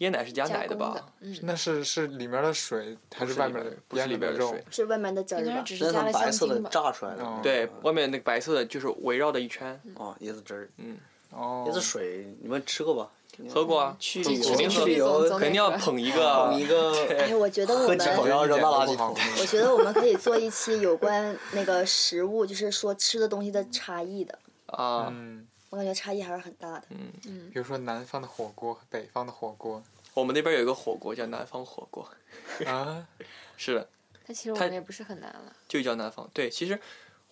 S1: 椰奶是加奶
S4: 加
S1: 的
S4: 工
S1: 吧
S4: 的？，嗯，
S2: 那是是里面的水还
S1: 不
S2: 是
S1: 是
S2: 外
S1: 里边
S2: 面的
S1: 的不是里
S2: 里
S1: 边
S2: 面
S1: 的
S2: 肉
S1: 水？
S6: 是外面的汁
S4: 应
S6: 儿
S4: 该
S6: 吧
S4: 是？
S3: 那
S4: 只是
S3: 是
S4: 加了
S3: 白
S4: 香
S3: 色
S4: 精
S3: 的
S4: 吧。
S3: 榨出来的
S2: 嗯，
S1: 对，外面那个白色的就是围绕的一圈，
S3: 哦，椰子汁儿，
S1: 嗯，
S2: 哦，
S3: 椰子水，你们吃过吧？
S1: 喝过啊，
S3: 去
S1: 肯
S3: 旅游，
S1: 定
S4: 去
S1: 喝
S3: 旅
S4: 旅游
S3: 游
S4: 总
S1: 肯定要
S4: 那个
S1: 捧一个啊
S3: 捧，一个
S6: 哎，我觉得我
S3: 喝
S6: 们
S3: 几口，然后扔到垃圾桶里。
S6: 我觉得我们可以做一期有关那个食物，就是说吃的东西的差异的。
S1: 啊，
S2: 嗯，
S4: 嗯
S6: 我感觉差异还是很大的。
S2: 比如说南方的火锅和北方的火锅，
S1: 我们那边有一个火锅叫南方火锅，
S2: 啊，
S1: 是的，
S4: 但其实我
S1: 它
S4: 们也不是很难了。
S1: 就叫南方。对，其实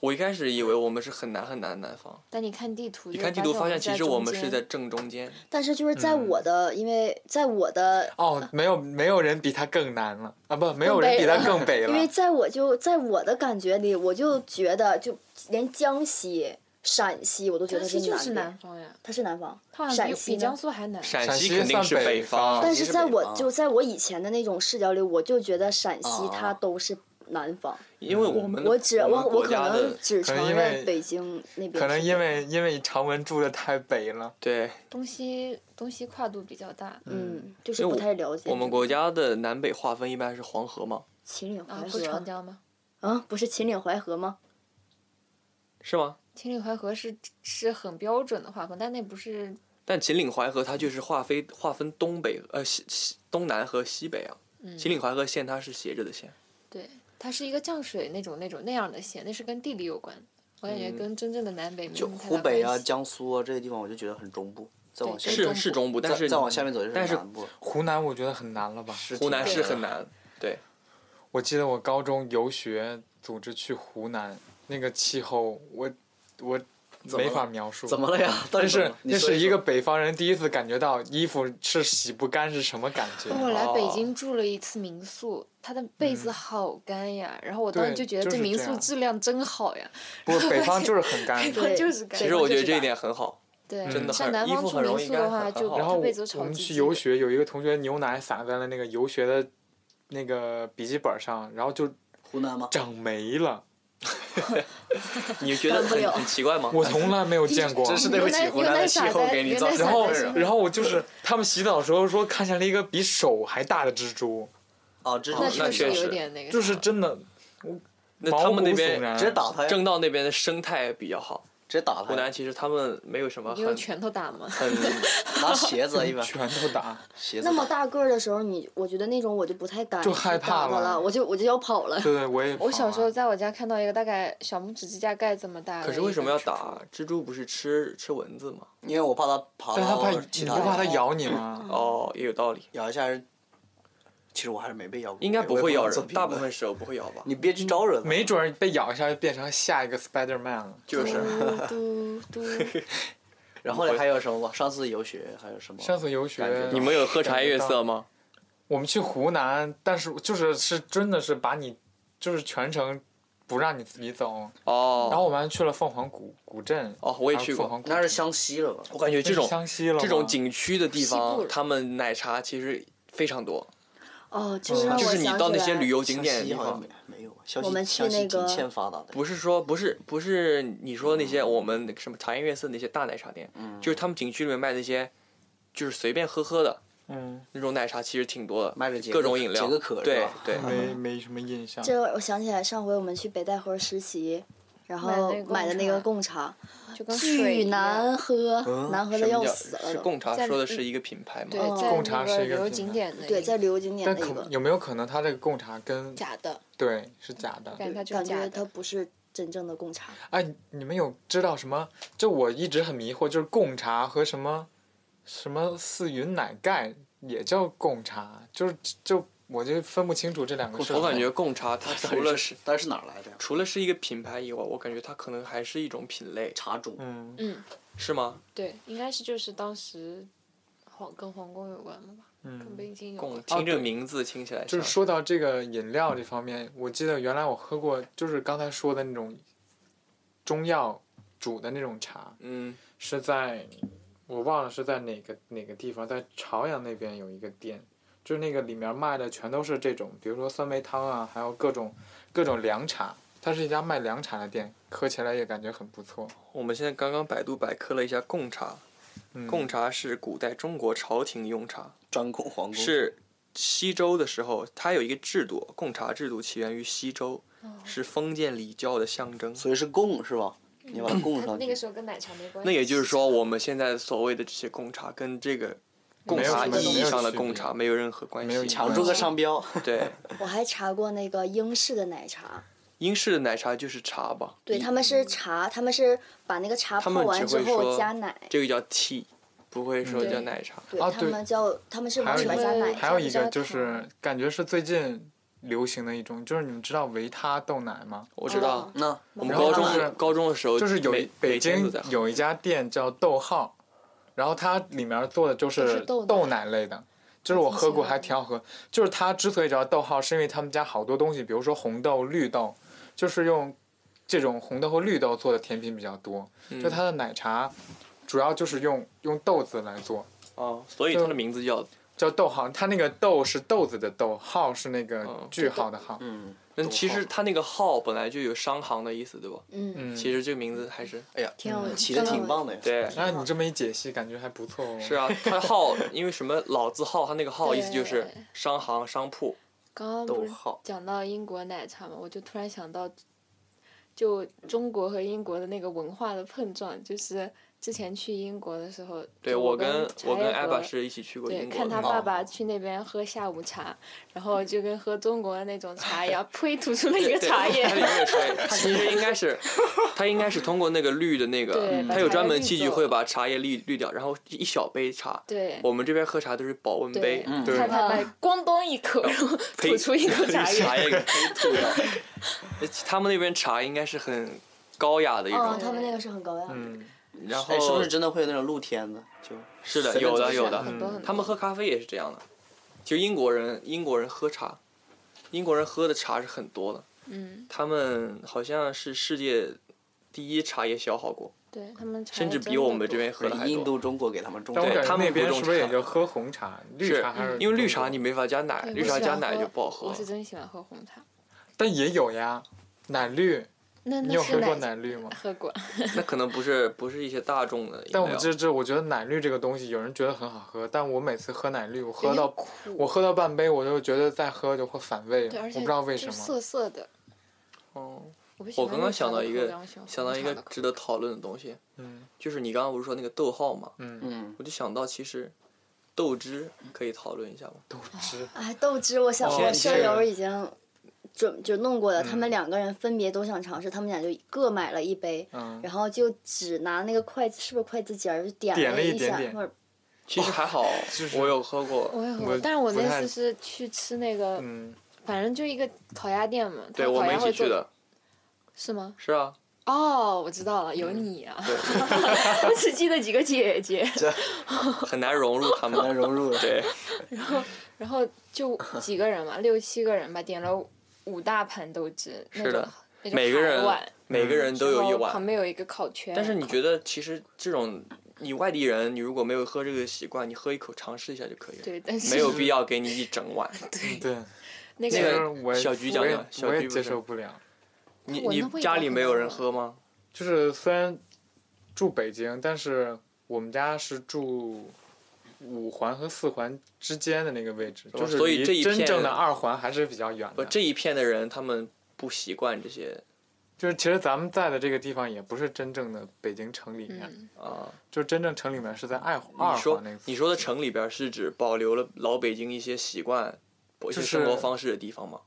S1: 我一开始以为我们是很难很难的南方，
S4: 但你看地图，
S1: 一看地图发现其实我们是在正
S4: 中
S1: 中间。
S6: 但是就是在
S4: 嗯
S6: 我的，因为在我的，
S2: 哦，没有没有人比他更难了啊，不，没有人比他更北
S6: 因为
S2: 了。
S6: 在我就在我的感觉里，我就觉得就连江西、陕西我都觉
S4: 间，
S6: 得
S4: 江西啊就是
S6: 南边
S4: 南，方呀，
S6: 它是南方
S4: 它，好像
S6: 陕
S4: 比
S6: 西
S4: 比
S6: 呢
S4: 江苏还南。
S1: 陕
S2: 陕
S1: 西
S2: 西
S1: 肯定
S2: 算
S1: 是
S2: 北
S1: 北
S2: 方
S1: 方，
S6: 但
S3: 西
S6: 是
S3: 是
S6: 在
S3: 北
S6: 我
S3: 方
S6: 就在我以前的那种视角里，我就觉得陕西
S3: 啊
S6: 它
S4: 哦
S6: 都是南方。
S1: 因为我们的
S6: 我只
S1: 我
S6: 我
S1: 们
S6: 我
S1: 国
S6: 可
S1: 家
S6: 能
S1: 的
S6: 只
S2: 可能
S6: 承
S2: 因为
S6: 认北京那边是，
S2: 可能因为因为常文住的太北了，
S1: 对
S4: 东西东西跨度比较大，
S6: 嗯，就是
S1: 因为
S6: 不
S1: 我
S6: 太了解
S1: 我们国家的南北划分一般是黄河嘛，
S6: 秦岭
S4: 啊，
S6: 淮
S4: 不是长
S6: 河
S4: 江吗？
S6: 啊，不是秦岭淮河吗？
S1: 是吗？
S4: 秦岭淮河是是很标准的划分，但那不是
S1: 但秦岭淮河它就是划分划分东北呃西西东南和西北啊。
S4: 嗯
S1: 秦岭淮河线它是斜着的线，
S4: 对，它是一个降水那种那种那样的线，那是跟地理有关的。我感觉
S1: 嗯
S4: 跟真正的南北没
S3: 就
S4: 什么太大
S3: 湖北啊、
S4: 关系
S3: 江苏啊这些地方，我就觉得很中部。再往
S4: 对
S3: 下
S4: 跟
S1: 是是
S4: 中部
S1: 中部，但
S3: 再
S1: 是
S3: 再往下面走就
S1: 但是
S3: 南部了。
S2: 湖南我觉得很难了吧？
S1: 湖南
S4: 对
S1: 是很难，对，
S2: 我记得我高中游学组织去湖南，那个气候我我
S3: 怎
S2: 没
S3: 么
S2: 法
S3: 了
S2: 描述。
S3: 怎么了呀？到
S2: 但
S3: 底
S2: 是
S3: 你
S2: 那
S3: 说
S2: 是一
S3: 说
S2: 个北方人第一次感觉到衣服是洗不干是什么感觉。
S4: 我来北
S1: 哦
S4: 京住了一次民宿，它的被子
S2: 嗯
S4: 好干呀，然后我当时
S2: 对
S4: 就觉得
S2: 就
S4: 这
S2: 是
S4: 民
S2: 这
S4: 宿
S2: 样
S4: 质量真好呀，
S2: 不，北方就是很 干
S4: 北
S2: 的。
S4: 方
S6: 对
S4: 就是干。
S1: 其实我觉得
S4: 就是
S1: 这一
S4: 干
S1: 点很 好，
S4: 对，
S1: 真的
S4: 像
S1: 很
S4: 南
S1: 衣
S4: 方
S1: 服
S4: 住
S1: 很
S4: 民
S1: 容易
S4: 宿的
S1: 干
S4: 话，
S1: 很
S4: 就
S1: 好
S2: 然
S4: 它
S2: 后
S4: 被子都超
S2: 我们
S4: 级
S2: 去
S4: 细
S2: 游
S4: 的，
S2: 学，有一个同学牛奶洒在了那个游学的那个笔记本上，然后就
S3: 湖南吗？
S2: 长霉了。
S1: 你觉得
S6: 干不
S1: 很
S6: 了
S1: 很奇怪吗？
S2: 我从来没有见过。
S3: 真是对不起
S4: 原来
S3: 湖南
S4: 原
S3: 的
S4: 来
S3: 气
S4: 傻
S3: 候
S4: 在
S3: 给你
S4: 原
S3: 造
S4: 来
S3: 成
S4: 傻
S2: 然后
S3: 困
S4: 在
S3: 扰
S4: 身。
S2: 然后我就是他们洗澡的时候说看见了一个比手还大的蜘蛛，
S3: 哦，这
S1: 那确
S3: 那
S4: 确实有
S1: 实
S4: 点那个啥了，
S2: 就是真的
S1: 那
S2: 毛
S1: 他们
S2: 骨
S1: 那
S2: 悚
S1: 边
S2: 然
S3: 直接打他呀，
S1: 正道那边的生态比较好，
S3: 直接打他
S1: 湖
S3: 呀，
S1: 南其实他们没有什么
S4: 你用
S1: 很
S4: 拳头打吗？
S1: 很
S3: 拿鞋子一 般，
S2: 拳头打。
S3: 鞋子
S6: 那么
S3: 打
S6: 大个儿的时候，你我觉得那种我就不太敢
S2: 就
S6: 去
S2: 害怕
S6: 打它
S2: 了
S6: 了，我就我就要跑了。
S2: 对对，我也。
S4: 我小时候。在我家看到一个大概小拇指指甲盖这么大，
S1: 啊可是为什 么要？打啊蜘蛛？不是吃吃蚊子吗？
S3: 因为我怕它爬
S2: 但他怕
S3: 到
S2: 你
S3: 其
S2: 不
S3: 他地
S2: 怕它
S3: 方，
S2: 咬你吗？
S1: 哦，也有道理，
S3: 咬一下人。其实我还是没被咬过，
S1: 应该
S3: 我也
S1: 不
S3: 不
S1: 会咬
S3: 能做
S1: 人，
S3: 评
S1: 大
S3: 论
S1: 部分时候不会咬吧？
S3: 你别去招惹它。
S2: 没准儿被咬一下就变成下一个 Spider Man 了。
S1: 就是
S6: 嘟嘟，
S3: 然后呢还有什么吗？上次游学还有什么？
S2: 上次游学
S3: 感觉，到
S1: 你们有喝茶
S2: 感觉
S1: 颜悦
S2: 到
S1: 色吗？
S2: 我们去湖南，但是就是是真的是把你就是全程不让你自己走，然
S1: 哦
S2: 后我们还去了凤凰古古镇，
S1: 哦，我也去
S2: 还有凤
S1: 过
S2: 凰，古镇
S3: 那是湘西了吧？
S1: 我感觉这种
S2: 湘西了吗，
S1: 这种景区的地
S4: 西部
S1: 方，
S4: 了
S1: 他们奶茶其实非常多，
S6: 哦，就是让
S1: 嗯
S6: 我
S1: 就
S6: 想
S1: 是
S6: 起
S1: 你
S6: 来，
S1: 到那些旅游景点的
S3: 湘西
S1: 地
S3: 好像
S1: 方
S3: 没，没有吧？湘
S6: 我们去
S3: 西湘西
S6: 那个
S3: 挺欠发达的。
S1: 不是说不是不是你说那些我们什么茶颜悦色那些大奶茶店，
S3: 嗯
S1: 就是他们景区里面卖那些，就是随便喝喝的
S2: 嗯，
S1: 那种奶茶，其实挺多的，
S3: 卖着解
S1: 各
S3: 个
S1: 种饮料
S3: 解个渴，是
S1: 对
S3: 吧？嗯
S1: 对，
S2: 没没什么印象。
S6: 这我想起来上回我们去北戴河实习，然
S4: 买的
S6: 后
S4: 那个
S6: 买的那个
S4: 贡
S6: 贡茶，
S4: 就跟水
S6: 巨
S4: 一样。
S6: 难喝，难
S1: 嗯
S6: 喝
S1: 什么
S6: 的要
S1: 叫
S6: 死了
S1: 是
S6: 都。
S1: 贡茶
S4: 在
S1: 说的
S4: 嗯
S1: 是一个品牌吗？
S4: 对，
S6: 哦
S4: 在
S2: 贡
S4: 那
S2: 茶
S4: 个
S2: 是一
S4: 旅
S2: 个
S4: 游
S2: 品
S4: 景
S2: 牌
S4: 点的
S6: 对，
S4: 一
S6: 在
S4: 个
S6: 旅游景点
S2: 但
S6: 的一
S2: 可
S6: 个，
S2: 有没有可能它这个贡茶跟
S4: 假的，
S2: 对是假的？
S4: 感觉它就是
S6: 感
S4: 假
S6: 觉
S4: 的
S6: 它不是真正的贡茶。
S2: 哎，你你们有知道什么？就我一直很迷惑，就是贡茶和什么什么四云奶盖也叫贡茶，就是就我就分不清楚这两个事儿。
S1: 我感觉贡茶 它除了是
S3: 是，但是哪儿来的呀？
S1: 除了是一个品牌以外，我感觉它可能还是一种品类，
S3: 茶种。
S2: 嗯，
S4: 嗯，
S1: 是吗？
S4: 对，应该是就是当时皇跟皇宫有关的吧，跟
S2: 嗯，
S4: 北京有
S1: 贡
S4: 关。
S1: 听这
S3: 哦
S1: 个名字听起来
S2: 就是
S1: 像
S2: 说到这个饮料这方面，我记得原来我喝过，就是刚才说的那种中药煮的那种茶，
S1: 嗯
S2: 是在我忘了是在哪个哪个地方，在朝阳那边有一个店，就是那个里面卖的全都是这种，比如说酸梅汤啊，还有各种各种凉茶。它是一家卖凉茶的店，喝起来也感觉很不错。
S1: 我们现在刚刚百度百科了一下贡茶，
S2: 嗯，
S1: 贡茶是古代中国朝廷用茶，
S3: 专供皇宫
S1: 是西周的时候，它有一个制度，贡茶制度起源于西周，是封建礼教的象征。
S3: 所以是供是吧？你把它供
S4: 它
S3: 上
S4: 那个
S3: 去。
S4: 时候跟奶茶没关系。
S1: 那也就是说，我们现在所谓的这些贡茶，跟这个贡
S2: 没有
S1: 茶
S2: 什么
S1: 意义上的
S2: 区别
S1: 贡茶没有任何关
S2: 没有
S1: 系。
S3: 抢住个商标，
S1: 对，
S6: 我还查过那个英式的奶茶，
S1: 英式的奶茶就是茶吧，
S2: 嗯
S6: 对他们是茶，他们是把那个茶
S1: 他
S6: 泡
S1: 们
S6: 完
S1: 只
S6: 之
S1: 会说
S6: 后加奶，
S1: 嗯这个叫 tea，不会说
S4: 对
S1: 叫奶茶。
S6: 对
S2: 啊
S6: 他
S2: 对
S6: 们叫他们是
S2: 还有
S6: 完
S2: 一
S6: 全加
S2: 个
S6: 奶
S4: 茶
S2: 还有一个
S4: 加
S2: 就是
S4: 糖
S2: 感觉是最近流行的一种，就是你们知道维他豆奶吗？
S1: 我知道，
S3: 那
S1: 我们
S2: 然后
S1: 高
S2: 他
S1: 中
S2: 们
S1: 是高中的时候每，
S2: 就是有一北
S1: 每天都
S2: 京
S1: 在喝
S2: 有一家店叫逗号，然后它里面做的就是
S6: 是豆奶
S2: 豆奶类的，就是我喝过还挺好喝。就是它之所以叫逗号，是因为他们家好多东西，比如说红豆、绿豆，就是用这种红豆和绿豆做的甜品比较多。
S1: 嗯
S2: 就它的奶茶，主要就是用用豆子来做，
S1: 哦，所以
S2: 就
S1: 它的名字叫，
S2: 叫逗号。它那个豆是豆子的豆，号是那个
S1: 哦
S2: 句号的号。
S3: 嗯，
S1: 但其实它那个号本来就有商行的意思，对吧？
S6: 嗯，
S2: 嗯，
S1: 其实这个名字还是
S3: 哎呀，
S6: 挺有
S1: 嗯
S3: 起的挺棒的呀。
S1: 对。
S2: 那哎你这么一解析，感觉还不错哦。
S1: 是啊，它的号因为什么老字号，它那个号意思就是
S4: 对
S1: 商行、商铺。
S4: 刚刚
S3: 逗
S4: 不是
S3: 号
S4: 讲到英国奶茶嘛，我就突然想到，就中国和英国的那个文化的碰撞，就是之前去英国的时候，
S1: 对
S4: 就
S1: 我
S4: 跟
S1: 跟我跟
S4: 茶
S1: 艾
S4: 叶
S1: 巴
S4: 和
S1: 是一起去过
S4: 对，
S1: 英
S4: 看
S1: 国
S4: 他
S1: 的，
S2: 哦
S4: 爸爸去那边喝下午茶，然后就跟喝中国的那种茶一样，呸，吐出了一个
S1: 对
S4: 茶叶
S1: 它。里面有 茶叶，它其实应该是，它应该是通过那个滤的那
S4: 对
S1: 个，
S4: 把
S1: 它有
S4: 茶
S1: 专
S4: 叶
S1: 门
S4: 滤
S1: 器具
S4: 走
S1: 会把茶叶滤滤掉，然后一小杯茶。
S4: 对，
S1: 我们这边喝茶都是保温
S4: 对
S1: 杯，，
S3: 嗯
S2: 对
S4: 他爸爸咣咚一口，然后
S1: 呸
S4: 吐出一口茶
S1: 茶
S4: 叶。
S1: 叶给吐掉。 他们那边茶应该是很高雅的一
S6: 哦，
S1: 种，
S6: 他们那个是很高雅的。
S2: 嗯，
S1: 然后
S3: 哎，是不是真的会有那种露天的？就是
S1: 的
S3: 随便
S1: 有的
S3: 走一
S1: 有
S3: 下嗯
S1: 的嗯
S4: 很多很多
S1: 他们喝咖啡也是这样的。就英国人，英国人喝茶，英国人喝的茶是很多的，
S4: 嗯，
S1: 他们好像是世界第一茶叶消耗国，
S4: 对他们茶
S1: 甚至
S4: 叶真
S1: 比我
S4: 哎的
S1: 们这
S4: 多
S1: 边喝的还
S3: 印
S1: 多。
S3: 度、中国给他们种
S2: 但我
S1: 对
S2: 感
S3: 的，
S1: 他
S2: 觉
S1: 们
S2: 那
S1: 不
S2: 边
S1: 种
S2: 是不是也
S1: 茶
S2: 就喝红茶？绿
S1: 是
S2: 茶还是
S1: 因为绿
S2: 中
S1: 茶
S2: 国
S1: 你没法加奶，
S4: 对
S1: 绿
S4: 我
S1: 茶
S4: 喜
S1: 加
S4: 欢
S1: 奶
S4: 喝
S1: 就不好喝
S4: 我是
S1: 了。
S4: 真喜欢喝红茶。
S2: 但也有呀，奶绿，
S4: 那
S2: 你
S4: 那
S2: 有
S4: 嗯是
S2: 喝过
S4: 奶
S2: 奶绿吗？
S4: 喝过，
S1: 那可能不是不是一些大众的饮料。
S2: 但我们这这，我觉得奶绿这个东西，有人觉得很好喝，但我每次喝奶绿，我喝
S4: 有点
S2: 到我喝到半杯，我就觉得再喝就会反胃
S4: 对，
S2: 了，
S4: 而
S2: 我
S4: 且
S2: 不知道为什
S4: 就是
S2: 么。
S4: 涩涩的。
S1: 哦
S4: 我不喜
S1: 我
S4: 欢
S1: 刚
S4: 绿
S1: 刚
S4: 茶
S1: 想
S4: 的
S1: 到
S4: 口
S1: 一
S4: 感
S1: 个
S4: 我喜欢
S1: 想
S4: 红
S1: 到一
S4: 茶
S1: 个
S4: 的口
S1: 值得讨论的东西，
S2: 嗯
S1: 就是你刚刚不是说那个逗号嘛，
S2: 嗯，
S3: 嗯，
S1: 我就想到其实豆汁可以讨论一下吗？
S4: 哦
S2: 豆汁，
S6: 哎，豆汁，我想
S2: 哦
S6: 我
S2: 是
S6: 舍友已经准就弄过了，他
S2: 嗯
S6: 们两个人分别都想尝试，他们俩就各买了一杯，
S2: 嗯，
S6: 然后就只拿那个筷子，是不是筷子尖儿就点
S2: 点了
S6: 了
S2: 一点
S6: 下，
S2: 点
S6: 或者
S1: 其实还好，
S2: 就是
S1: 我有喝过，
S4: 我也喝
S2: 我
S4: 过，但是我
S2: 不
S4: 那
S2: 太
S4: 次是去吃那个，
S2: 嗯，
S4: 反正就一个烤鸭店嘛，
S1: 对
S4: 它
S1: 我
S4: 烤
S1: 们
S4: 鸭
S1: 一
S4: 会
S1: 起去
S4: 做，
S1: 的，
S4: 是吗？
S1: 是啊，
S4: 哦，我知道了，有
S1: 嗯
S4: 你啊！ 我只记得几个姐姐，
S1: 很难融入他
S3: 很难
S1: 们。
S3: 融入。
S1: 对，
S4: 然后就几个人嘛，六七个人吧，点了五大盘豆汁，那
S1: 是的
S4: 种那种
S1: 每个
S4: 海
S1: 人
S4: 碗
S1: 每个人都
S4: 然
S1: 有一
S4: 后旁
S1: 碗，
S4: 边有一个烤圈。
S1: 但是你
S4: 烤
S1: 觉得其实这种你外地人，你如果没有喝这个习惯，你喝一口尝试一下就可以了，
S4: 对，但是
S1: 没有 必要给你一整碗。
S2: 对，
S4: 那
S2: 其
S1: 那
S4: 个
S2: 实
S1: 个
S2: 我也
S1: 小菊讲
S2: 我也
S1: 的小
S2: 我
S1: 菊
S2: 也
S1: 不
S2: 接
S1: 是
S2: 受不了，
S1: 你
S4: 闻
S1: 你
S4: 的味
S1: 家
S4: 道
S1: 里
S4: 很啊
S1: 没有
S4: 难
S1: 人
S4: 闻
S1: 喝吗？
S2: 就是虽然住北京，但是我们家是住。五环和四环之间的那个位置，
S1: 哦
S2: 就是
S1: 所以
S2: 离
S1: 这一
S2: 真
S1: 片
S2: 正的二环还是比较远
S1: 不，
S2: 的。
S1: 这一片的人他们不习惯这些
S2: 就是其实咱们在的这个地方也不是真正的北京城里面，
S4: 嗯，
S1: 啊。
S2: 就是真正城里面是在二二
S1: 你说
S2: 环那个附近。
S1: 你说的城里边儿是指保留了老北京一些习惯、一些
S2: 就
S1: 生活
S2: 是
S1: 方式的地方吗？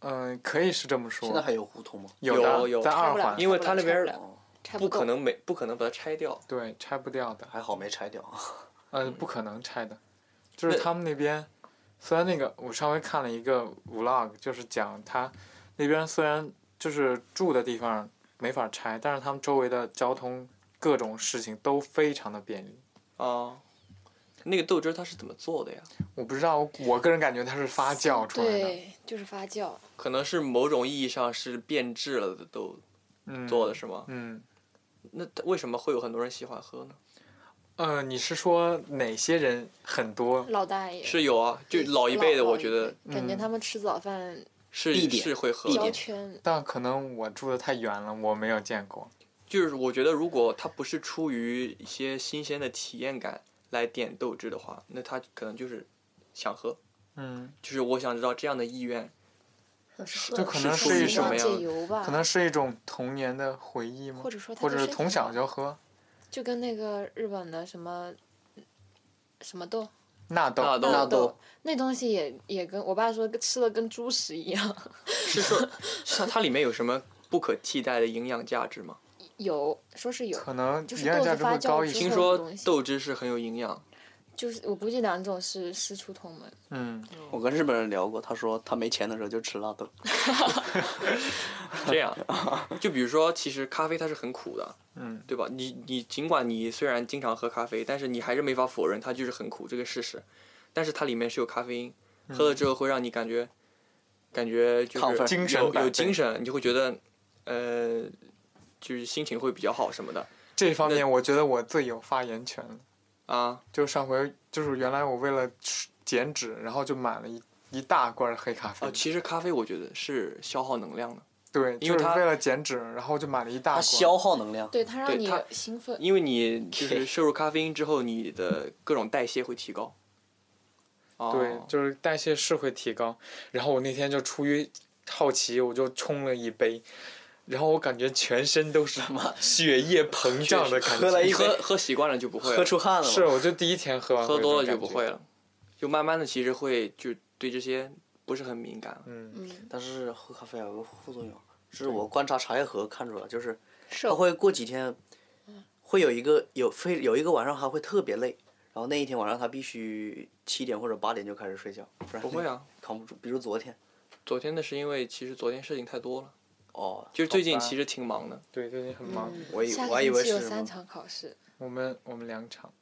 S2: 嗯，可以是这么说
S3: 现在。还有胡同吗？哦
S2: 有的
S1: 有有
S2: 在
S4: 拆
S2: 二
S4: 不了
S2: 环，
S1: 因为
S4: 拆
S1: 它
S4: 不了
S1: 那边
S4: 拆
S1: 儿
S4: 不了拆
S1: 不
S4: 够
S1: 可能没不可能把它拆掉。
S2: 对拆不掉的，
S3: 还好没拆掉啊。
S2: 呃，不可能拆的。就是
S1: 那
S2: 他们那边，虽然那个我上回看了一个 vlog，就是讲他那边虽然就是住的地方没法拆，但是他们周围的交通各种事情都非常的便利。
S1: 啊，那个豆汁儿它是怎么做的呀？
S2: 我不知道，我我个人感觉它是发酵出来的，
S4: 对，就是发酵。
S1: 可能是某种意义上是变质了的豆
S2: 嗯，
S1: 做的，是吗？
S2: 嗯。
S1: 那它为什么会有很多人喜欢喝呢？
S2: 呃，你是说哪些人很多？
S4: 老大爷
S1: 是有啊，就老一辈的，我觉得
S4: 老一辈感觉
S2: 嗯
S4: 他们吃早饭
S1: 是
S3: 必点
S1: 是会喝
S3: 必
S1: 的
S4: 胶
S3: 点。
S4: 圈，
S2: 但可能我住的太远了，我没有见过。
S1: 就是我觉得，如果它不是出于一些新鲜的体验感来点豆汁的话，那它可能就是想喝。
S2: 嗯，
S1: 就是我想知道这样的意愿
S2: 就可能
S1: 是
S2: 是一
S1: 什么
S2: 种
S1: 呀
S4: 解油吧？
S2: 可能是一种童年的回忆吗
S4: 或？者说他
S2: 或
S4: 对
S2: 者是
S4: 身
S2: 从
S4: 体
S2: 小
S4: 好
S2: 就喝
S4: 就跟那个日本的什么什么豆
S2: 纳
S1: 纳
S2: 豆，
S1: 豆纳
S3: 豆
S4: 那东西也也跟我爸说吃的跟猪食一样，
S1: 是说它它里面有什么不可替代的营养价值吗？
S4: 有，说是有，
S2: 可能
S4: 就是
S2: 营养
S4: 豆
S2: 价
S4: 子
S2: 值
S4: 发
S2: 会
S4: 酵
S2: 高一
S4: 之
S2: 些
S1: 听。
S4: 后
S1: 说
S4: 这种东西
S1: 豆汁是很有营养，
S4: 就是我估计两种是师出同门。
S2: 嗯，
S3: 我跟日本人聊过，他说他没钱的时候就吃辣豆，
S1: 这样，就比如说，其实咖啡它是很苦的，
S2: 嗯，
S1: 对吧？你你尽管你虽然经常喝咖啡，但是你还是没法否认它就是很苦这个事实。但是它里面是有咖啡因，
S2: 嗯
S1: 喝了之后会让你感觉，感觉就
S3: 亢
S1: 是
S3: 奋
S2: 精神
S1: 有
S2: 百
S1: 有
S2: 倍
S1: 精神，你就会觉得，呃，就是心情会比较好什么的
S2: 这方面我觉得我最有发言权了。
S1: 啊。
S2: 就上回就是原来我为了吃减脂，然后就买了一一大罐黑咖啡。
S1: 哦，其实咖啡我觉得是消耗能量的，
S2: 对，
S1: 因为
S2: 就是
S1: 它
S2: 为了减脂，然后就买了一大
S3: 他
S2: 罐。
S3: 消耗能量。
S4: 对，它让
S1: 对
S4: 你
S1: 它
S4: 兴奋。
S1: 因为 你就是摄入咖啡因之后，你的各种代谢会提高。哦、
S2: 对，就是代谢是会提高。然后我那天就出于好奇，我就冲了一杯，然后我感觉全身都是血液膨胀的感
S3: 喝了
S2: 觉。
S3: 一
S1: 你
S3: 杯
S1: 喝喝习惯了就不会了
S3: 喝出汗了
S2: 是，
S3: 吗？
S2: 我就第一天喝完
S1: 喝
S2: 会有
S1: 多了就
S2: 这种
S1: 不
S2: 感
S1: 会
S2: 觉。
S1: 了，就慢慢的其实会就对这些不是很敏感了。
S2: 嗯，
S5: 嗯，
S3: 但是喝咖啡有个副作用，这是我观察茶叶盒看出来，就是
S4: 瘦
S3: 他会过几天，会有一个有非有一个晚上还会特别累，然后那一天晚上他必须七点或者八点就开始睡觉，不然
S1: 不会啊，
S3: 扛不住。比如昨天，
S1: 昨天的是因为其实昨天事情太多了，
S3: 哦，
S1: 就是最近
S3: 好吧
S1: 其实挺忙的。
S2: 对，最近很忙。
S6: 嗯
S3: 我以
S4: 下
S3: 我还以
S4: 个星
S3: 为
S4: 期有
S3: 是
S4: 三
S3: 什
S4: 场考试，
S2: 我们我们两场。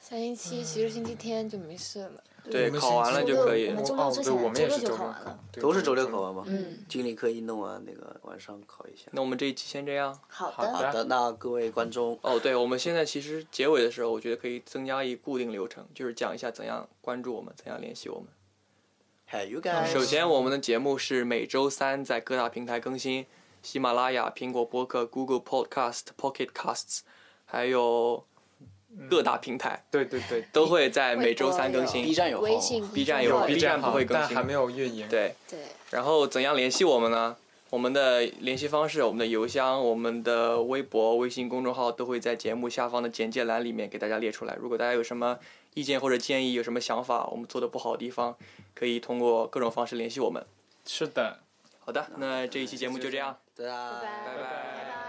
S4: 下星期其实星期天就没事了。
S1: 对，
S2: 我们
S1: 考完了
S2: 星
S1: 就
S2: 期
S1: 可以
S6: 我。
S2: 哦
S6: 们周六
S2: 哦
S6: 之
S2: 对
S6: 前
S2: 我们也
S6: 周
S2: 是
S6: 六就
S2: 周
S6: 考
S2: 六
S6: 完
S2: 考
S6: 了，
S2: 对
S3: 都是周六考完吗？
S4: 嗯，
S3: 经理课一弄完，那个晚上考一下。
S1: 那我们这一期先这样。
S6: 好
S2: 好
S1: 啊
S6: 的，
S3: 好的，那各位观众，
S1: 哦，对，我们现在其实结尾的时候，我觉得可以增加一固定流程，就是讲一下怎样关注我们，怎样联系我们。
S3: 嗨，you
S2: 哎
S3: guys，
S1: 首先，我们的节目是每周三在各大平台更新，喜马拉雅、苹果播客、Google Podcast、Pocket Casts，还有各大平台
S2: 对对对，
S1: 都会在每周三更
S3: 微博有
S1: 新。
S3: B 站有号
S4: 微
S3: 吗
S4: 信
S1: B 站
S4: 公
S1: 有
S4: 众号
S1: B 站不会更
S2: 但
S1: 新
S2: 还没有运营。
S1: 对，
S4: 对，
S1: 然后怎样联系我们呢？我们的联系方式、我们的邮箱、我们的微博、微信公众号都会在节目下方的简介栏里面给大家列出来。如果大家有什么意见或者建议，有什么想法，我们做的不好的地方，可以通过各种方式联系我们。
S2: 是的。
S1: 好的，那这一期节目就这样，
S3: 对啊。
S1: 拜拜。